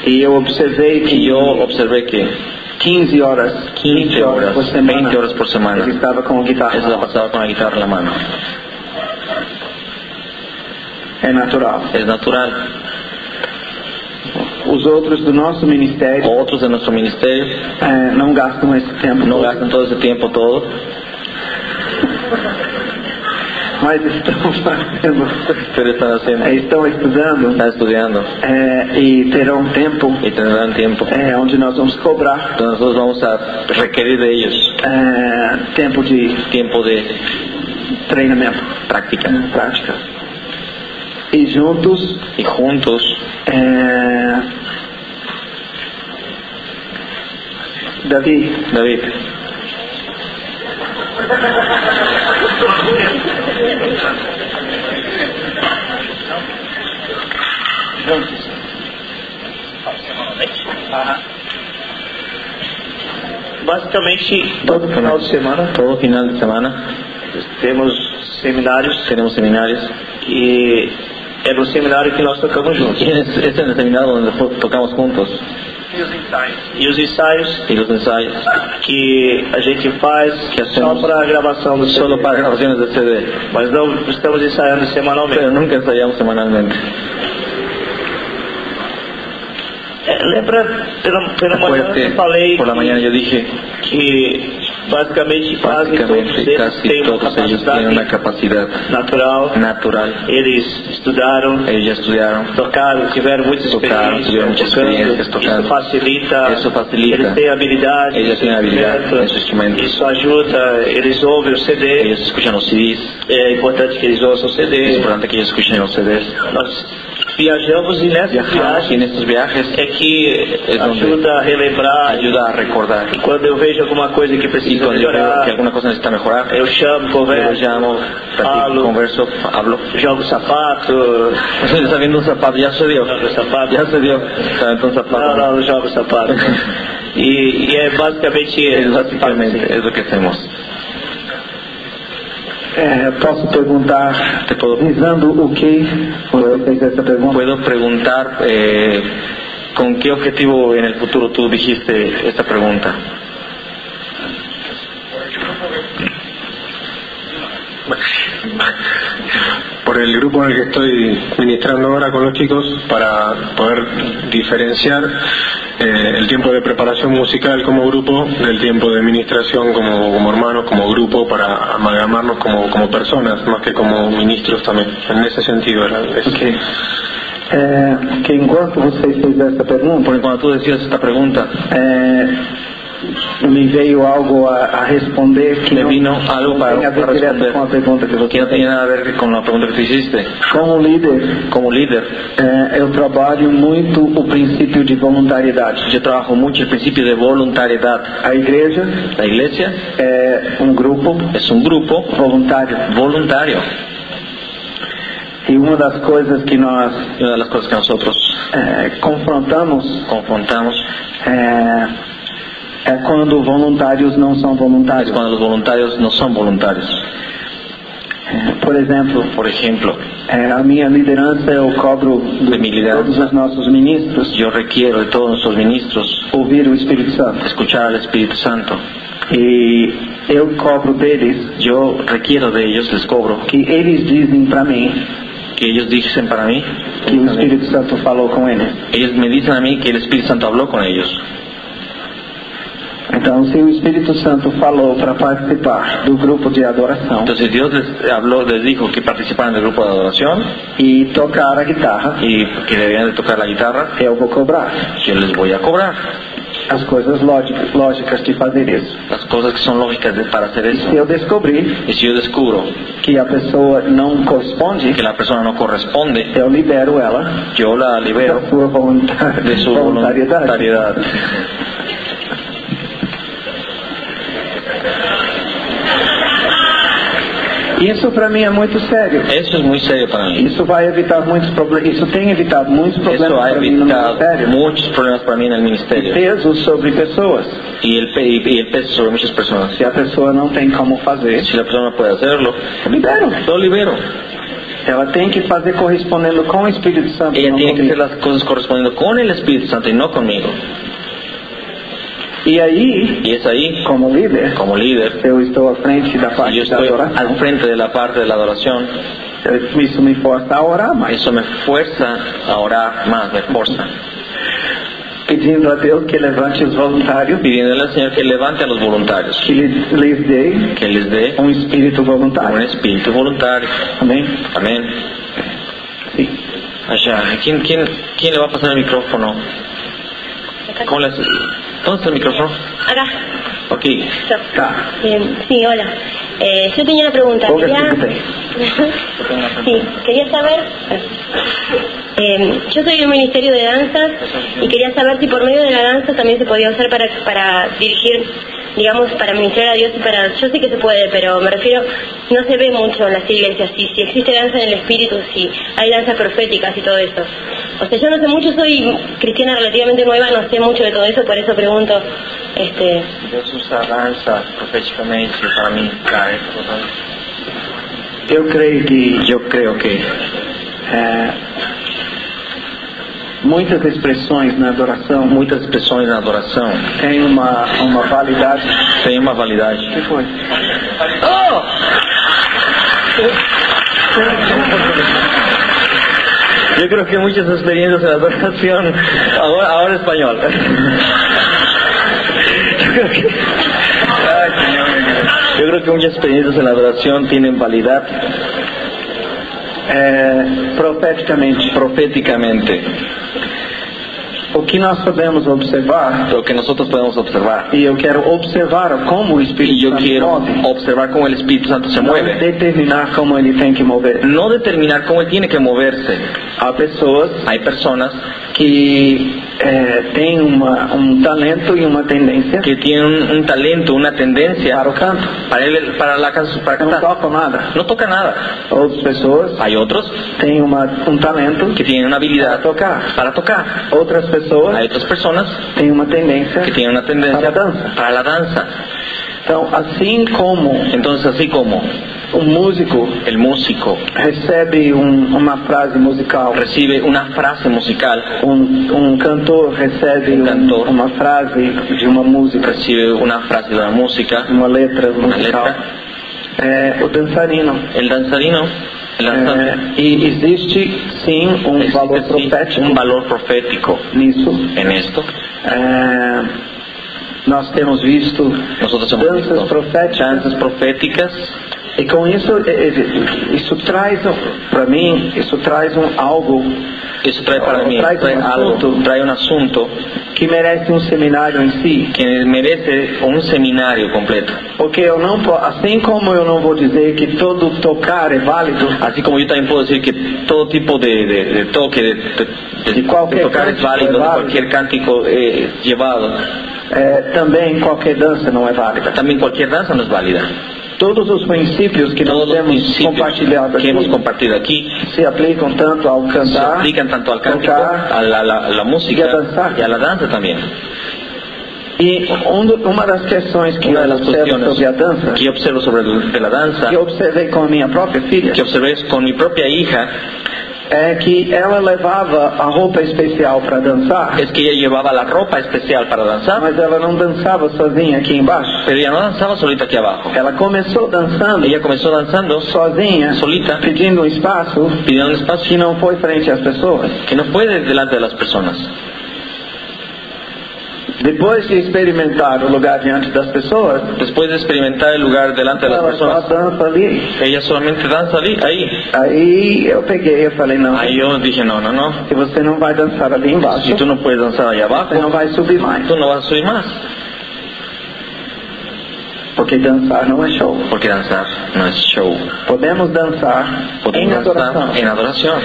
Speaker 1: e eu observei que
Speaker 2: y yo observé que
Speaker 1: 15 horas,
Speaker 2: 15 horas,
Speaker 1: por semana,
Speaker 2: 20 horas por semana.
Speaker 1: ele estava com a guitarra.
Speaker 2: eso la pasaba con la guitarra en la mano.
Speaker 1: É natural.
Speaker 2: Es natural.
Speaker 1: Os outros do nosso ministério
Speaker 2: Otros de nuestro ministerio
Speaker 1: é, não gastam esse tempo.
Speaker 2: no
Speaker 1: todo,
Speaker 2: gastan todo ese tiempo todo,
Speaker 1: Mas estão [LAUGHS] fazendo,
Speaker 2: pero están haciendo,
Speaker 1: é, estão estudando
Speaker 2: están estudiando
Speaker 1: é, e terão tempo
Speaker 2: y tendrán tiempo.
Speaker 1: é, onde nós vamos cobrar
Speaker 2: Entonces nosotros vamos a requerir de ellos
Speaker 1: é, tempo de
Speaker 2: tiempo de
Speaker 1: treinamento,
Speaker 2: práctica
Speaker 1: né, prática. E juntos eh,
Speaker 2: y juntos
Speaker 1: é, Davi,
Speaker 2: David
Speaker 5: Ajá. Basicamente,
Speaker 2: Todo final de semana. Todo final de semana
Speaker 5: temos seminários
Speaker 2: tenemos seminarios.
Speaker 5: e é no seminário que nós tocamos juntos.
Speaker 2: Y es, este es en el seminario donde to- tocamos juntos.
Speaker 5: E os ensaios
Speaker 2: Y los ensayos.
Speaker 5: que a gente faz é
Speaker 2: Que
Speaker 5: só
Speaker 2: hacemos
Speaker 5: para a gravação do
Speaker 2: Solo
Speaker 5: CD.
Speaker 2: para grabaciones de CD.
Speaker 5: Mas não estamos ensaiando
Speaker 2: Pero
Speaker 5: semanalmente.
Speaker 2: nunca ensayamos semanalmente.
Speaker 5: É, lembra, pela, pela manhã
Speaker 2: Acuérdate,
Speaker 5: eu falei
Speaker 2: por la mañana yo dije,
Speaker 5: que basicamente quase todos
Speaker 2: prácticamente
Speaker 5: eles
Speaker 2: casi
Speaker 5: têm uma
Speaker 2: todos ellos tienen una
Speaker 5: capacidade
Speaker 2: capacidad
Speaker 5: natural.
Speaker 2: natural.
Speaker 5: Eles estudaram,
Speaker 2: Ellos ya estudiaron.
Speaker 5: tocaram, tiveram muitas
Speaker 2: Tocaram,
Speaker 5: experiências,
Speaker 2: tiveram muitas
Speaker 5: tocando.
Speaker 2: experiências tocando.
Speaker 5: Isso facilita,
Speaker 2: Isso facilita.
Speaker 5: eles têm habilidade,
Speaker 2: Eles têm habilidade nesse instrumento.
Speaker 5: isso ajuda, eles ouvem o CD,
Speaker 2: Ellos escuchan los CDs.
Speaker 5: é importante que eles ouçam o
Speaker 2: Es
Speaker 5: CD.
Speaker 2: importante que ellos escuchen los CDs.
Speaker 5: Nós viajamos e nessa
Speaker 2: Viajamos y
Speaker 5: viagem
Speaker 2: en estos viajes
Speaker 5: é que
Speaker 2: É onde
Speaker 5: ajuda a relembrar,
Speaker 2: ayuda a recordar.
Speaker 5: E quando eu vejo alguma coisa que
Speaker 2: Y
Speaker 5: precisa
Speaker 2: cuando yo veo
Speaker 5: melhorar,
Speaker 2: que alguna cosa necesita mejorar,
Speaker 5: eu chamo,
Speaker 2: yo
Speaker 5: converso,
Speaker 2: llamo,
Speaker 5: Hablo.
Speaker 2: platico, converso, hablo.
Speaker 5: jogo sapato,
Speaker 2: [LAUGHS] Entonces está viendo un zapato, ya se dio.
Speaker 5: jogo sapato.
Speaker 2: Ya se dio. Está viendo un
Speaker 5: Não,
Speaker 2: zapato.
Speaker 5: não, não jogo sapato.
Speaker 2: [LAUGHS]
Speaker 5: E, e é basicamente Tá.
Speaker 2: Es básicamente es lo que hacemos.
Speaker 1: É, posso perguntar,
Speaker 2: Te puedo,
Speaker 1: visando o que você fez essa pergunta?
Speaker 2: puedo preguntar eh, con qué objetivo en el futuro tú dijiste esta pregunta.
Speaker 4: Por el grupo en el que estoy ministrando ahora con los chicos para poder diferenciar eh, el tiempo de preparación musical como grupo del tiempo de ministración como, como hermanos, como grupo, para amalgamarnos como, como personas más que como ministros también. En ese sentido era eso.
Speaker 1: Ok. É, que enquanto você fez essa pergunta,
Speaker 2: Porque cuando tú decías esta pregunta,
Speaker 1: é, me veio algo a, a responder que
Speaker 2: me
Speaker 1: não,
Speaker 2: vino algo para,
Speaker 1: não tem a
Speaker 2: para
Speaker 1: ver direto
Speaker 2: responder
Speaker 1: com a pergunta que
Speaker 2: que
Speaker 1: você
Speaker 2: no tenía nada que ver con la pregunta que tú hiciste.
Speaker 1: Como líder,
Speaker 2: Como líder,
Speaker 1: é, eu trabalho muito o princípio de voluntariedade.
Speaker 2: yo trabajo mucho el principio de voluntariedad.
Speaker 1: A igreja
Speaker 2: La iglesia
Speaker 1: é um grupo
Speaker 2: es un grupo
Speaker 1: voluntário
Speaker 2: voluntario.
Speaker 1: e uma das coisas que nós
Speaker 2: Y una de las cosas que nosotros
Speaker 1: é, confrontamos
Speaker 2: confrontamos
Speaker 1: é, é quando voluntários não são
Speaker 2: es
Speaker 1: voluntários.
Speaker 2: cuando los voluntarios no son voluntarios.
Speaker 1: É, Por exemplo,
Speaker 2: Por ejemplo,
Speaker 1: é, a minha liderança eu cobro
Speaker 2: De minha
Speaker 1: de
Speaker 2: liderança.
Speaker 1: todos os nossos ministros
Speaker 2: yo requiero de todos nuestros ministros
Speaker 1: ouvir o Espírito Santo.
Speaker 2: escuchar al Espíritu Santo.
Speaker 1: E eu cobro deles
Speaker 2: Yo requiero de ellos, les cobro,
Speaker 1: que eles dizem para mim
Speaker 2: que ellos dicen para mí,
Speaker 1: que o Espírito Santo falou com eles.
Speaker 2: ellos me dicen a mí que el Espíritu Santo habló con ellos.
Speaker 1: Então, se o Espírito Santo falou para participar do grupo de adoração
Speaker 2: Entonces Dios les habló, les dijo que participaran del grupo de adoración
Speaker 1: e tocar a guitarra,
Speaker 2: y que debían de tocar la guitarra,
Speaker 1: eu vou cobrar
Speaker 2: yo les voy a cobrar
Speaker 1: as coisas lógicas, lógicas de fazer isso.
Speaker 2: las cosas que son lógicas de- para hacer eso.
Speaker 1: Se eu descobrir
Speaker 2: Y si yo descubro
Speaker 1: que a pessoa não corresponde,
Speaker 2: que la persona no corresponde,
Speaker 1: eu libero ela
Speaker 2: yo la libero
Speaker 1: da sua volunta-
Speaker 2: de su
Speaker 1: voluntariedade.
Speaker 2: voluntariedad.
Speaker 1: Isso para mim é muito sério.
Speaker 2: Eso es muy serio para mí.
Speaker 1: Isso vai evitar muitos problemas. Isso tem evitado muitos
Speaker 2: Eso
Speaker 1: problemas
Speaker 2: ha
Speaker 1: para mim no
Speaker 2: evitado
Speaker 1: ministério.
Speaker 2: muchos problemas para mí en el ministerio
Speaker 1: Peso sobre pessoas.
Speaker 2: y el, pe- y el peso sobre muchas personas.
Speaker 1: Se a pessoa não tem como fazer,
Speaker 2: Si la persona no puede hacerlo,
Speaker 1: eu libero.
Speaker 2: lo libero.
Speaker 1: Ela tem que fazer correspondendo com o Espírito Santo.
Speaker 2: Ella
Speaker 1: não
Speaker 2: tiene que hacer
Speaker 1: comigo.
Speaker 2: las cosas correspondiendo con el Espíritu Santo y no conmigo.
Speaker 1: E aí,
Speaker 2: Y es ahí,
Speaker 1: como líder,
Speaker 2: como líder,
Speaker 1: eu estou à frente da
Speaker 2: si yo
Speaker 1: parte da
Speaker 2: estoy al
Speaker 1: adoração.
Speaker 2: frente de la parte de la adoración,
Speaker 1: Isso me força a orar mais,
Speaker 2: eso me fuerza a orar más, me fuerza.
Speaker 1: pedindo a Deus que levante os voluntários,
Speaker 2: Pidiéndole al Señor que levante a los voluntarios,
Speaker 1: que lhes, lhes dé
Speaker 2: que les dé
Speaker 1: um espírito
Speaker 2: un
Speaker 1: voluntário.
Speaker 2: espíritu voluntario.
Speaker 1: Amém?
Speaker 2: Amén.
Speaker 1: Sim.
Speaker 2: Allá, ¿quién, quién, quién le va a pasar el micrófono? ¿Cómo le hace? ¿Dónde está el micrófono?
Speaker 3: Acá,
Speaker 2: Ok.
Speaker 3: yo.
Speaker 1: Tá.
Speaker 3: Bien, sí, hola. Eh, yo tenía una pregunta.
Speaker 6: [LAUGHS]
Speaker 1: Ponga
Speaker 3: Quería...
Speaker 1: esse que tem.
Speaker 3: sí, quería saber
Speaker 6: Eh, yo soy de un ministerio de danzas y quería saber si por medio de la danza también se podía usar para, para dirigir, digamos, para ministrar a Dios y para... Yo sé que se puede, pero me refiero, no se ve mucho en las iglesias, si, si existe danza en el espíritu, si hay danzas proféticas y todo eso. O sea, yo no sé mucho, soy cristiana relativamente nueva, no sé mucho de todo eso, por eso pregunto, este...
Speaker 2: Deus usa a dança profeticamente para ministrar essas coisas.
Speaker 1: Eu creio que, eu creio que é, muitas expressões na adoração
Speaker 2: Muitas expressões na adoração
Speaker 1: têm uma, uma validade.
Speaker 2: têm uma validade.
Speaker 1: O que foi?
Speaker 2: Yo creo que muchas experiencias en la adoración, ahora, ahora español. [LAUGHS] Yo creo que- Ay, Señor, Yo creo que muchas experiencias en la adoración tienen validad
Speaker 1: É, profeticamente,
Speaker 2: proféticamente.
Speaker 1: o que nós podemos observar,
Speaker 2: Lo que nosotros podemos observar.
Speaker 1: e eu quero observar como o
Speaker 2: Y
Speaker 1: Espírito
Speaker 2: yo
Speaker 1: Santo
Speaker 2: quiero
Speaker 1: move,
Speaker 2: observar cómo el Espíritu Santo se
Speaker 1: não
Speaker 2: mueve.
Speaker 1: determinar como ele tem que mover.
Speaker 2: No determinar cómo él tiene que moverse.
Speaker 1: Há pessoas
Speaker 2: Hay personas
Speaker 1: que é, têm uma, um talento e uma tendência
Speaker 2: que tienen un, un talento, una tendencia
Speaker 1: para o canto.
Speaker 2: para, él- para la can- para
Speaker 1: Não
Speaker 2: cantar.
Speaker 1: tocam nada.
Speaker 2: No toca nada.
Speaker 1: Outras pessoas
Speaker 2: Hay otros
Speaker 1: têm uma, um talento
Speaker 2: que tienen una
Speaker 1: para
Speaker 2: habilidad
Speaker 1: tocar.
Speaker 2: para tocar.
Speaker 1: Outras
Speaker 2: Hay
Speaker 1: pessoas
Speaker 2: otras personas
Speaker 1: têm uma tendência.
Speaker 2: que tienen una tendencia
Speaker 1: Para la danza.
Speaker 2: para la danza.
Speaker 1: Então, assim como
Speaker 2: Entonces, así como
Speaker 1: o músico
Speaker 2: el músico
Speaker 1: recebe um, uma frase musical,
Speaker 2: recibe una frase musical,
Speaker 1: um, um cantor recebe
Speaker 2: Um
Speaker 1: um-
Speaker 2: cantor.
Speaker 1: uma frase de uma música,
Speaker 2: recibe una frase de la música,
Speaker 1: uma letra musical,
Speaker 2: letra.
Speaker 1: é, o dançarino.
Speaker 2: el danzarino, el danzante,
Speaker 1: É, e existe sim um
Speaker 2: existe, um
Speaker 1: valor
Speaker 2: sí,
Speaker 1: profético
Speaker 2: un valor profético
Speaker 1: nisso.
Speaker 2: en esto.
Speaker 1: É, nós temos visto
Speaker 2: Nosotros hemos
Speaker 1: danças
Speaker 2: visto
Speaker 1: proféticas
Speaker 2: danzas proféticas
Speaker 1: E com isso, eh, eh, isso traz, para mim, isso traz um algo
Speaker 2: Eso trae para
Speaker 1: Ahora,
Speaker 2: mí,
Speaker 1: trae
Speaker 2: trae
Speaker 1: un
Speaker 2: algo,
Speaker 1: asunto.
Speaker 2: trae un asunto
Speaker 1: que merece um seminário em si.
Speaker 2: que merece un seminario completo.
Speaker 1: Porque eu não po- assim como eu não vou dizer que todo tocar é válido,
Speaker 2: Así como yo también puedo decir que todo tipo de, de- de toque, de, de-
Speaker 1: De
Speaker 2: de
Speaker 1: cualquier
Speaker 2: tocar es
Speaker 1: cántico
Speaker 2: válido,
Speaker 1: es
Speaker 2: de
Speaker 1: válido.
Speaker 2: cualquier cántico eh, es llevado.
Speaker 1: eh, também qualquer dança não é válida.
Speaker 2: También cualquier danza no es válida.
Speaker 1: Todos os princípios que nós
Speaker 2: Todos los
Speaker 1: temos
Speaker 2: principios
Speaker 1: compartilhado
Speaker 2: que hemos
Speaker 1: aqui
Speaker 2: compartido aquí
Speaker 1: se aplicam tanto ao
Speaker 2: se
Speaker 1: cantar,
Speaker 2: aplican tanto al cántico,
Speaker 1: tocar
Speaker 2: a la, la- la
Speaker 1: y a
Speaker 2: música
Speaker 1: danzar.
Speaker 2: y a la danza también.
Speaker 1: e um do- uma das questões que
Speaker 2: Una de
Speaker 1: eu
Speaker 2: las
Speaker 1: observo
Speaker 2: cuestiones
Speaker 1: sobre a dança,
Speaker 2: que yo observo sobre el- de la danza,
Speaker 1: que eu observei com a minha própria filha,
Speaker 2: que observé es con mi propia hija,
Speaker 1: é que ela levava a roupa especial para dançar.
Speaker 2: es que ella llevaba la ropa especial para danzar.
Speaker 1: Mas ela não dançava sozinha aqui embaixo.
Speaker 2: Pero ella no danzaba solita aquí abajo.
Speaker 1: Ela começou dançando
Speaker 2: Ella comenzó danzando
Speaker 1: sozinha,
Speaker 2: solita,
Speaker 1: pedindo um espaço
Speaker 2: pidiendo un
Speaker 1: que
Speaker 2: espacio
Speaker 1: não foi frente às pessoas.
Speaker 2: que no fue de- delante de las personas.
Speaker 1: Depois de experimentar o lugar diante das pessoas,
Speaker 2: Después de experimentar el lugar delante de las
Speaker 1: ela só
Speaker 2: personas,
Speaker 1: dança ali.
Speaker 2: ella solamente danza ali, ahí.
Speaker 1: Aí eu peguei e falei, não,
Speaker 2: Ahí yo dije, no, no, no.
Speaker 1: se você não vai dançar ali embaixo,
Speaker 2: Si tú no puedes danzar allá
Speaker 1: você não
Speaker 2: abajo,
Speaker 1: vai subir mais.
Speaker 2: tú no vas a subir más.
Speaker 1: Porque dançar não é show.
Speaker 2: Porque danzar no es show.
Speaker 1: Podemos dançar em
Speaker 2: Podemos
Speaker 1: adoração.
Speaker 2: danzar en adoración.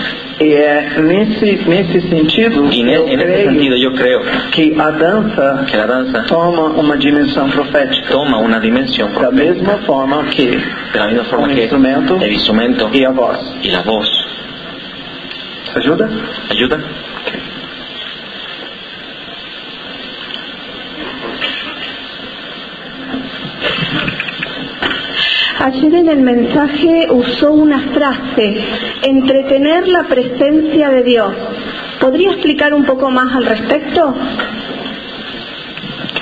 Speaker 1: E é nesse, nesse sentido
Speaker 2: Y
Speaker 1: que
Speaker 2: en, e,
Speaker 1: eu
Speaker 2: en ese sentido
Speaker 1: creio
Speaker 2: yo creo
Speaker 1: que a dança
Speaker 2: que la danza
Speaker 1: toma uma dimensão profética.
Speaker 2: toma una dimensión
Speaker 1: Da
Speaker 2: profética.
Speaker 1: mesma forma que
Speaker 2: De la misma forma
Speaker 1: un
Speaker 2: que
Speaker 1: instrumento
Speaker 2: el instrumento
Speaker 1: e a voz.
Speaker 2: y la voz.
Speaker 1: Ajuda?
Speaker 2: ¿Ayuda?
Speaker 3: Ayer en el mensaje usó una frase, entretener la presencia de Dios. ¿Podría explicar un poco más al respecto?
Speaker 1: Ok.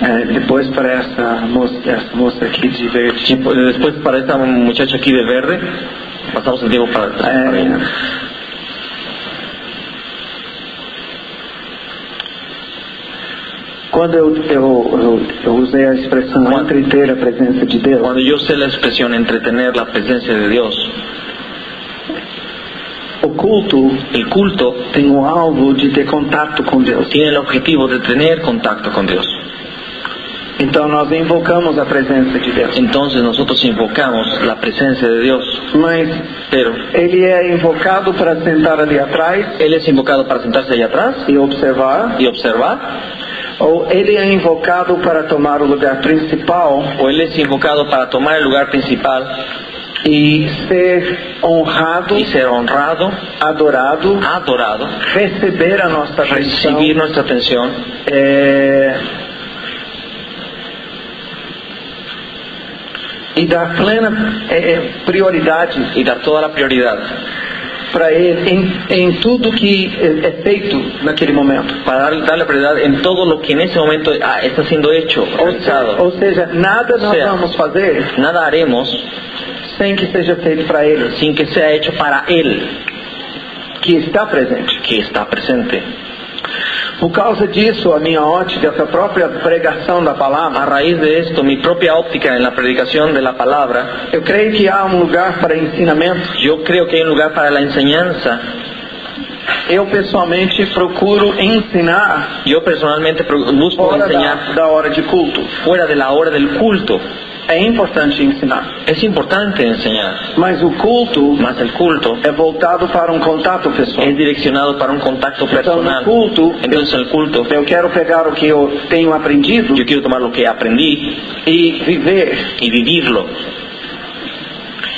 Speaker 1: É, depois Pues para essa moça, essa moça aqui de verde.
Speaker 2: Sí, pues, después para esta muchacha aquí de verde, pasamos el tiempo para,
Speaker 1: Eh.
Speaker 2: para ella.
Speaker 1: É, quando eu, eu, eu, eu usei a expressão
Speaker 2: Quando-
Speaker 1: entreter a presença de Deus,
Speaker 2: Cuando yo usé la expresión entretener la presencia de Dios,
Speaker 1: o culto
Speaker 2: el culto
Speaker 1: tem um o alvo de ter contato com Deus.
Speaker 2: tiene el objetivo de tener contacto con Dios.
Speaker 1: Então nós invocamos a presença de Deus.
Speaker 2: Entonces nosotros invocamos la presencia de Dios,
Speaker 1: Mas
Speaker 2: pero
Speaker 1: ele é invocado para sentar ali atrás
Speaker 2: Él es invocado para sentarse allá atrás
Speaker 1: e observar,
Speaker 2: y observar,
Speaker 1: ou ele é invocado para tomar o lugar principal
Speaker 2: o Él es invocado para tomar el lugar principal
Speaker 1: e ser honrado,
Speaker 2: y ser honrado,
Speaker 1: adorado,
Speaker 2: adorado,
Speaker 1: receber a nossa atenção.
Speaker 2: recibir nuestra atención,
Speaker 1: é, e dar plena é, é, prioridade
Speaker 2: y dar toda la prioridad
Speaker 1: para ele em, em tudo que é, é feito naquele momento.
Speaker 2: para dar- darle prioridad en todo lo que en ese momento ah, está siendo hecho,
Speaker 1: Ou, se-
Speaker 2: realizado.
Speaker 1: ou seja, nada nós
Speaker 2: Certo.
Speaker 1: vamos fazer
Speaker 2: Nada haremos
Speaker 1: sem que seja feito para ele
Speaker 2: sin que sea hecho para Él
Speaker 1: que está presente.
Speaker 2: que está presente.
Speaker 1: Por causa disso, a minha ótica, essa própria pregação da
Speaker 2: A
Speaker 1: palavra,
Speaker 2: raíz de esto, mi propia óptica en la predicación de la palabra,
Speaker 1: eu creio que há um lugar para ensinamento.
Speaker 2: yo creo que hay un lugar para la enseñanza.
Speaker 1: Eu pessoalmente procuro ensinar
Speaker 2: Yo personalmente pro- busco
Speaker 1: fora
Speaker 2: enseñar
Speaker 1: da, da hora de culto.
Speaker 2: fuera de la hora del culto.
Speaker 1: É importante ensinar,
Speaker 2: Es importante enseñar,
Speaker 1: mas o culto
Speaker 2: más el culto
Speaker 1: é voltado para um contato pessoal.
Speaker 2: es direccionado para un contacto
Speaker 1: Então, no
Speaker 2: personal.
Speaker 1: culto,
Speaker 2: Entonces, en el culto,
Speaker 1: eu quero pegar o que eu tenho aprendido
Speaker 2: yo quiero tomar lo que aprendí
Speaker 1: e viver.
Speaker 2: y vivirlo.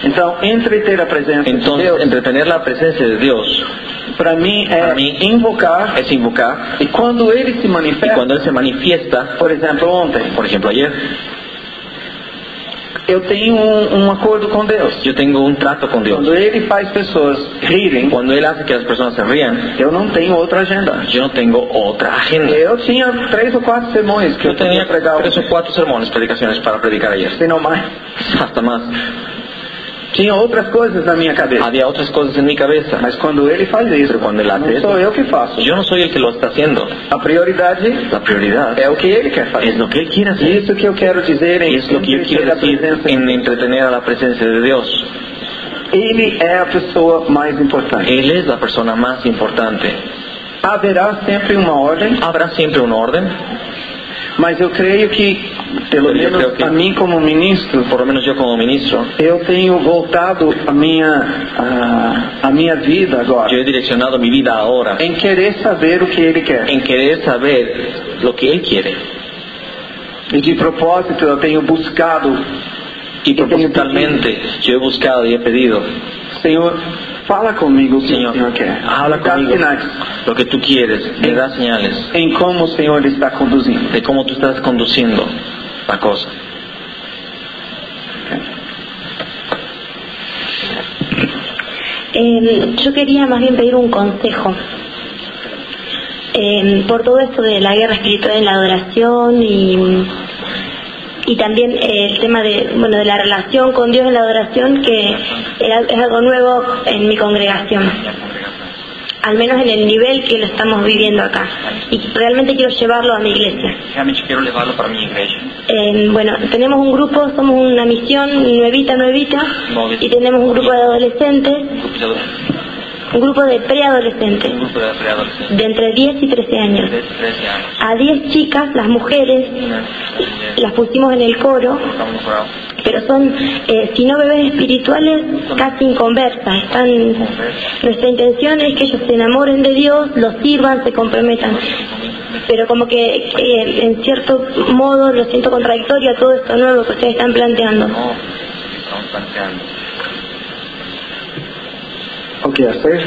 Speaker 1: Então, entreter a presença de
Speaker 2: Entonces,
Speaker 1: Deus,
Speaker 2: entretener la presencia de Dios
Speaker 1: para mí é
Speaker 2: pra mim, é-
Speaker 1: invocar.
Speaker 2: es invocar.
Speaker 1: E quando ele se
Speaker 2: Y
Speaker 1: manifesta,
Speaker 2: cuando Él se manifiesta,
Speaker 1: por exemplo, ontem,
Speaker 2: por ejemplo ayer,
Speaker 1: eu tenho um, um acordo com Deus.
Speaker 2: yo tengo un trato con Dios.
Speaker 1: Quando ele faz pessoas rirem,
Speaker 2: Cuando Él hace que las personas se rían,
Speaker 1: eu não tenho outra agenda.
Speaker 2: yo no tengo otra agenda.
Speaker 1: Eu tinha três ou quatro sermões que eu,
Speaker 2: Yo tenía
Speaker 1: tinha pregar,
Speaker 2: tres o cuatro sermones, predicaciones para predicar ayer.
Speaker 1: se não mais.
Speaker 2: Hasta más.
Speaker 1: Tinha outras coisas na minha cabeça.
Speaker 2: Había otras cosas en mi cabeza.
Speaker 1: Mas quando ele faz isso,
Speaker 2: Ah. Quando ele
Speaker 1: não
Speaker 2: atende.
Speaker 1: sou eu que faço.
Speaker 2: Yo no soy el que lo está haciendo.
Speaker 1: A prioridade
Speaker 2: La prioridad
Speaker 1: é o que ele quer fazer.
Speaker 2: es lo que Él quiere hacer.
Speaker 1: Isso que eu quero dizer em
Speaker 2: Es lo que Él
Speaker 1: entreter
Speaker 2: quiere
Speaker 1: a
Speaker 2: decir
Speaker 1: presença.
Speaker 2: en entretener a la presencia de Dios.
Speaker 1: Ele é a pessoa mais importante.
Speaker 2: Él es la persona más importante.
Speaker 1: Haverá sempre uma ordem,
Speaker 2: Habrá siempre un orden.
Speaker 1: mas eu creio que, pelo
Speaker 2: Eu
Speaker 1: menos
Speaker 2: creio que-
Speaker 1: a mí como ministro,
Speaker 2: Por lo menos yo como ministro,
Speaker 1: eu tenho voltado a minha, a, a minha vida
Speaker 2: yo
Speaker 1: agora
Speaker 2: he direccionado mi vida ahora
Speaker 1: em querer saber o que ele quer.
Speaker 2: en querer saber lo que Él quiere.
Speaker 1: E de propósito eu tenho buscado
Speaker 2: Y propositalmente yo he buscado y he pedido,
Speaker 1: Senhor, fala comigo o que
Speaker 2: Señor,
Speaker 1: o Senhor quer.
Speaker 2: habla
Speaker 1: Me dá
Speaker 2: conmigo
Speaker 1: sinais
Speaker 2: lo que tú quieres, me da señales.
Speaker 1: em como o Senhor está conduzindo.
Speaker 2: de cómo tú estás conduciendo la cosa.
Speaker 3: Eh, yo quería más bien pedir un consejo. Eh, por todo esto de la guerra espiritual en la adoración y, y también eh, el tema de, bueno, de la relación con Dios en la adoración, que era- es algo nuevo en mi congregación, al menos en el nivel que lo estamos viviendo acá. Y realmente quiero llevarlo a mi iglesia.
Speaker 2: Realmente quiero elevarlo para mi iglesia.
Speaker 3: Eh, bueno, tenemos un grupo, somos una misión nuevita, nuevita, y tenemos un grupo de adolescentes, un grupo de preadolescentes.
Speaker 2: grupo de preadolescentes
Speaker 3: de entre 10 y 13 años.
Speaker 2: 13 años.
Speaker 3: A 10 chicas, las mujeres, las pusimos en el coro, pero son, eh, si no bebés espirituales, casi inconversas. Están, nuestra intención es que ellos se enamoren de Dios, los sirvan, se comprometan. Pero como que eh, en cierto modo lo siento contradictorio a todo esto nuevo que ustedes están planteando.
Speaker 1: O que fazer?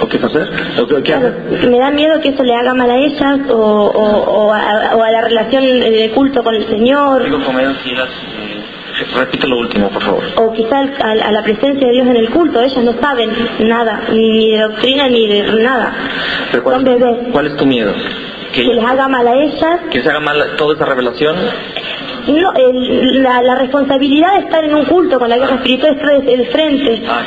Speaker 1: O que fazer? O que eu
Speaker 3: Claro,
Speaker 1: quero?
Speaker 3: me da miedo que eso le haga mal a ellas o, o- o a, o a la relación eh, de culto con el Señor.
Speaker 2: eh, Repite lo último, por favor.
Speaker 3: o quizá al- a, a la presencia de Dios en el culto, ellas no saben nada, ni de doctrina ni de nada.
Speaker 2: Pero
Speaker 3: Son
Speaker 2: ¿cuál,
Speaker 3: bebés.
Speaker 2: cuál es tu miedo?
Speaker 3: Que les
Speaker 2: ¿Que,
Speaker 3: haga mal a ellas.
Speaker 2: que se haga mal toda esa revelación?
Speaker 3: No, el- la, la responsabilidad de estar en un culto con la guerra espiritual es fre- el frente,
Speaker 2: Ah,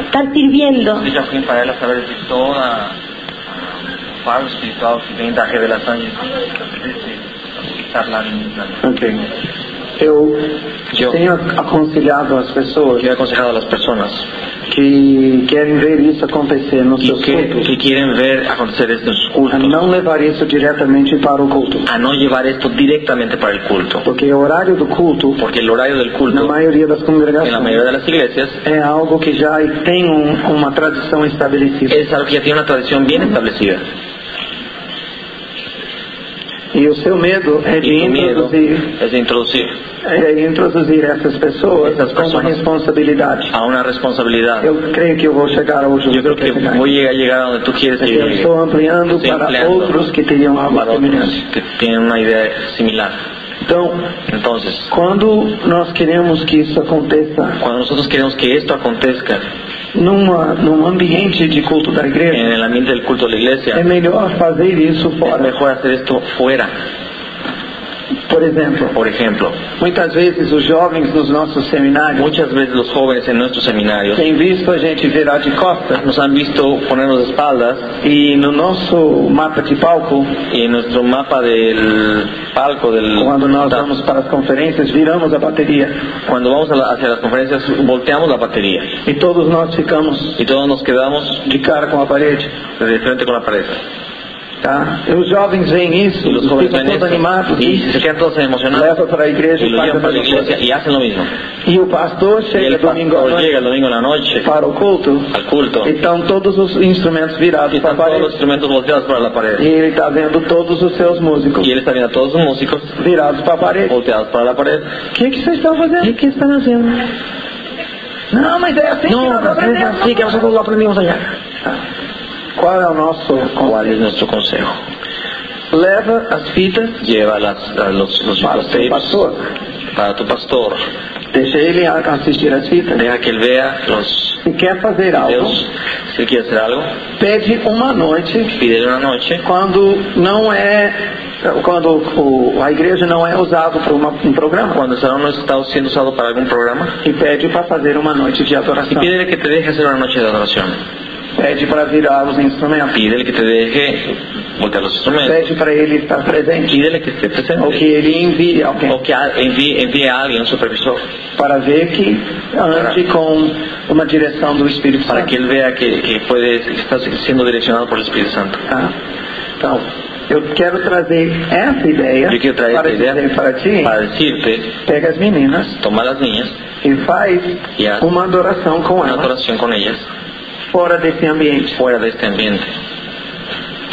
Speaker 3: estar sirviendo.
Speaker 2: Seja ruim para ela saber de toda a parte espiritual que vem da revelação de este, estar lá no
Speaker 1: Ok. Eu
Speaker 2: Eu
Speaker 1: tenho aconselhado as pessoas
Speaker 2: eu he aconsejado a las personas
Speaker 1: que querem ver isso acontecer nos
Speaker 2: que,
Speaker 1: seus
Speaker 2: que-
Speaker 1: cultos,
Speaker 2: que quieren ver acontecer esto en sus
Speaker 1: a
Speaker 2: cultos,
Speaker 1: não levar isso diretamente para o culto.
Speaker 2: a no llevar esto directamente para el culto,
Speaker 1: Porque o horário do culto,
Speaker 2: porque el horario del
Speaker 1: na
Speaker 2: culto
Speaker 1: maioria das
Speaker 2: en la
Speaker 1: congregações,
Speaker 2: mayoría de las iglesias
Speaker 1: é algo que já tem um, uma tradição estabelecida.
Speaker 2: es algo que ya tiene una tradición bien establecida.
Speaker 1: E o seu medo é de
Speaker 2: Y tu miedo
Speaker 1: introduzir,
Speaker 2: es de introducir
Speaker 1: é introduzir essas pessoas
Speaker 2: Essas
Speaker 1: com uma
Speaker 2: pessoas.
Speaker 1: responsabilidade.
Speaker 2: a una responsabilidad.
Speaker 1: Eu creio que eu vou chegar hoje.
Speaker 2: Yo creo que voy a llegar a donde tú quieres que
Speaker 1: Eu
Speaker 2: llegue.
Speaker 1: estou ampliando
Speaker 2: Estoy
Speaker 1: para
Speaker 2: ampliando
Speaker 1: outros que teriam algo
Speaker 2: para
Speaker 1: semelhante.
Speaker 2: otros que tienen una idea similar.
Speaker 1: Então,
Speaker 2: Entonces,
Speaker 1: quando nós queremos que isso aconteça
Speaker 2: cuando nosotros queremos que esto acontezca
Speaker 1: numa, num ambiente de culto da
Speaker 2: en
Speaker 1: igreja,
Speaker 2: el ambiente del culto de la
Speaker 1: é
Speaker 2: iglesia,
Speaker 1: melhor fazer isso
Speaker 2: es
Speaker 1: fora.
Speaker 2: mejor hacer esto fuera.
Speaker 1: Por exemplo,
Speaker 2: Por ejemplo,
Speaker 1: muitas vezes os jovens nos nossos seminários
Speaker 2: muchas veces los jóvenes en nuestros seminarios
Speaker 1: têm visto a gente virar de costas
Speaker 2: nos han visto ponernos de espaldas
Speaker 1: e no nosso mapa de palco,
Speaker 2: y en nuestro mapa del palco, del
Speaker 1: quando nós
Speaker 2: Tá.
Speaker 1: vamos para as conferências, viramos a bateria
Speaker 2: cuando vamos a la- hacia las conferencias volteamos la batería
Speaker 1: e todos nós ficamos
Speaker 2: y todos nos quedamos
Speaker 1: de cara com a parede.
Speaker 2: de frente con la pared.
Speaker 1: Tá? E os jovens veem
Speaker 2: Y
Speaker 1: isso,
Speaker 2: los
Speaker 1: ficam
Speaker 2: jóvenes ven
Speaker 1: todos pues,
Speaker 2: esto
Speaker 1: animados,
Speaker 2: y se quedan todos emocionados
Speaker 1: levam para a igreja
Speaker 2: y
Speaker 1: e
Speaker 2: lo
Speaker 1: fazem
Speaker 2: llevan para la
Speaker 1: a mesma
Speaker 2: iglesia
Speaker 1: coisa.
Speaker 2: y hacen lo mismo.
Speaker 1: E o pastor
Speaker 2: Y
Speaker 1: chega
Speaker 2: el
Speaker 1: domingo à
Speaker 2: pastor
Speaker 1: noche
Speaker 2: llega el domingo en la noche
Speaker 1: para o culto
Speaker 2: al culto
Speaker 1: e
Speaker 2: y
Speaker 1: estão todos os instrumentos virados para a
Speaker 2: están todos los
Speaker 1: parede.
Speaker 2: instrumentos volteados para la
Speaker 1: E
Speaker 2: pared.
Speaker 1: ele está vendo todos os seus músicos
Speaker 2: Y él está viendo a todos sus músicos
Speaker 1: virados para a parede.
Speaker 2: volteados para la pared.
Speaker 1: O que, que vocês estão fazendo? O que, que estão fazendo? Não, mas é assim que nós aprendemos.
Speaker 2: que nosotros lo aprendimos allá.
Speaker 1: Qual é o nosso
Speaker 2: ¿Cuál es
Speaker 1: conselho?
Speaker 2: nuestro consejo?
Speaker 1: Leva as fitas
Speaker 2: Lleva las, a los, los,
Speaker 1: para o
Speaker 2: los
Speaker 1: seu
Speaker 2: tapes
Speaker 1: pastor.
Speaker 2: para tu pastor.
Speaker 1: Deixa ele a- assistir as fitas.
Speaker 2: Deja que él vea los
Speaker 1: Se quer fazer algo,
Speaker 2: videos. Si él quiere hacer algo,
Speaker 1: pede uma noite
Speaker 2: pídele una noche
Speaker 1: quando não é quando o- a igreja não é usada para uma- um programa
Speaker 2: cuando el salón no está siendo usado para algún programa
Speaker 1: e pede para fazer uma noite de
Speaker 2: y
Speaker 1: adoração
Speaker 2: pídele que te deje hacer una noche de adoración
Speaker 1: pede para virar os instrumentos
Speaker 2: pídele que te deje voltear los instrumentos
Speaker 1: pede para ele estar presente
Speaker 2: pídele que esté
Speaker 1: ou que
Speaker 2: presente
Speaker 1: ele envie alguém
Speaker 2: o que a- envíe, envíe a alguien un supervisor
Speaker 1: para ver que ande com uma direção do Espírito
Speaker 2: para que
Speaker 1: Santo
Speaker 2: él vea que, que puede que está siendo direccionado por el Espíritu Santo
Speaker 1: tá? então eu quero trazer essa ideia
Speaker 2: yo quiero traer
Speaker 1: para
Speaker 2: esta idea
Speaker 1: dizer para ti
Speaker 2: para decirte
Speaker 1: pega as meninas
Speaker 2: toma a las niñas
Speaker 1: e faz
Speaker 2: e a-
Speaker 1: uma adoração com
Speaker 2: una
Speaker 1: elas
Speaker 2: adoración con ellas
Speaker 1: fora desse ambiente
Speaker 2: fuera de este ambiente
Speaker 1: Ah,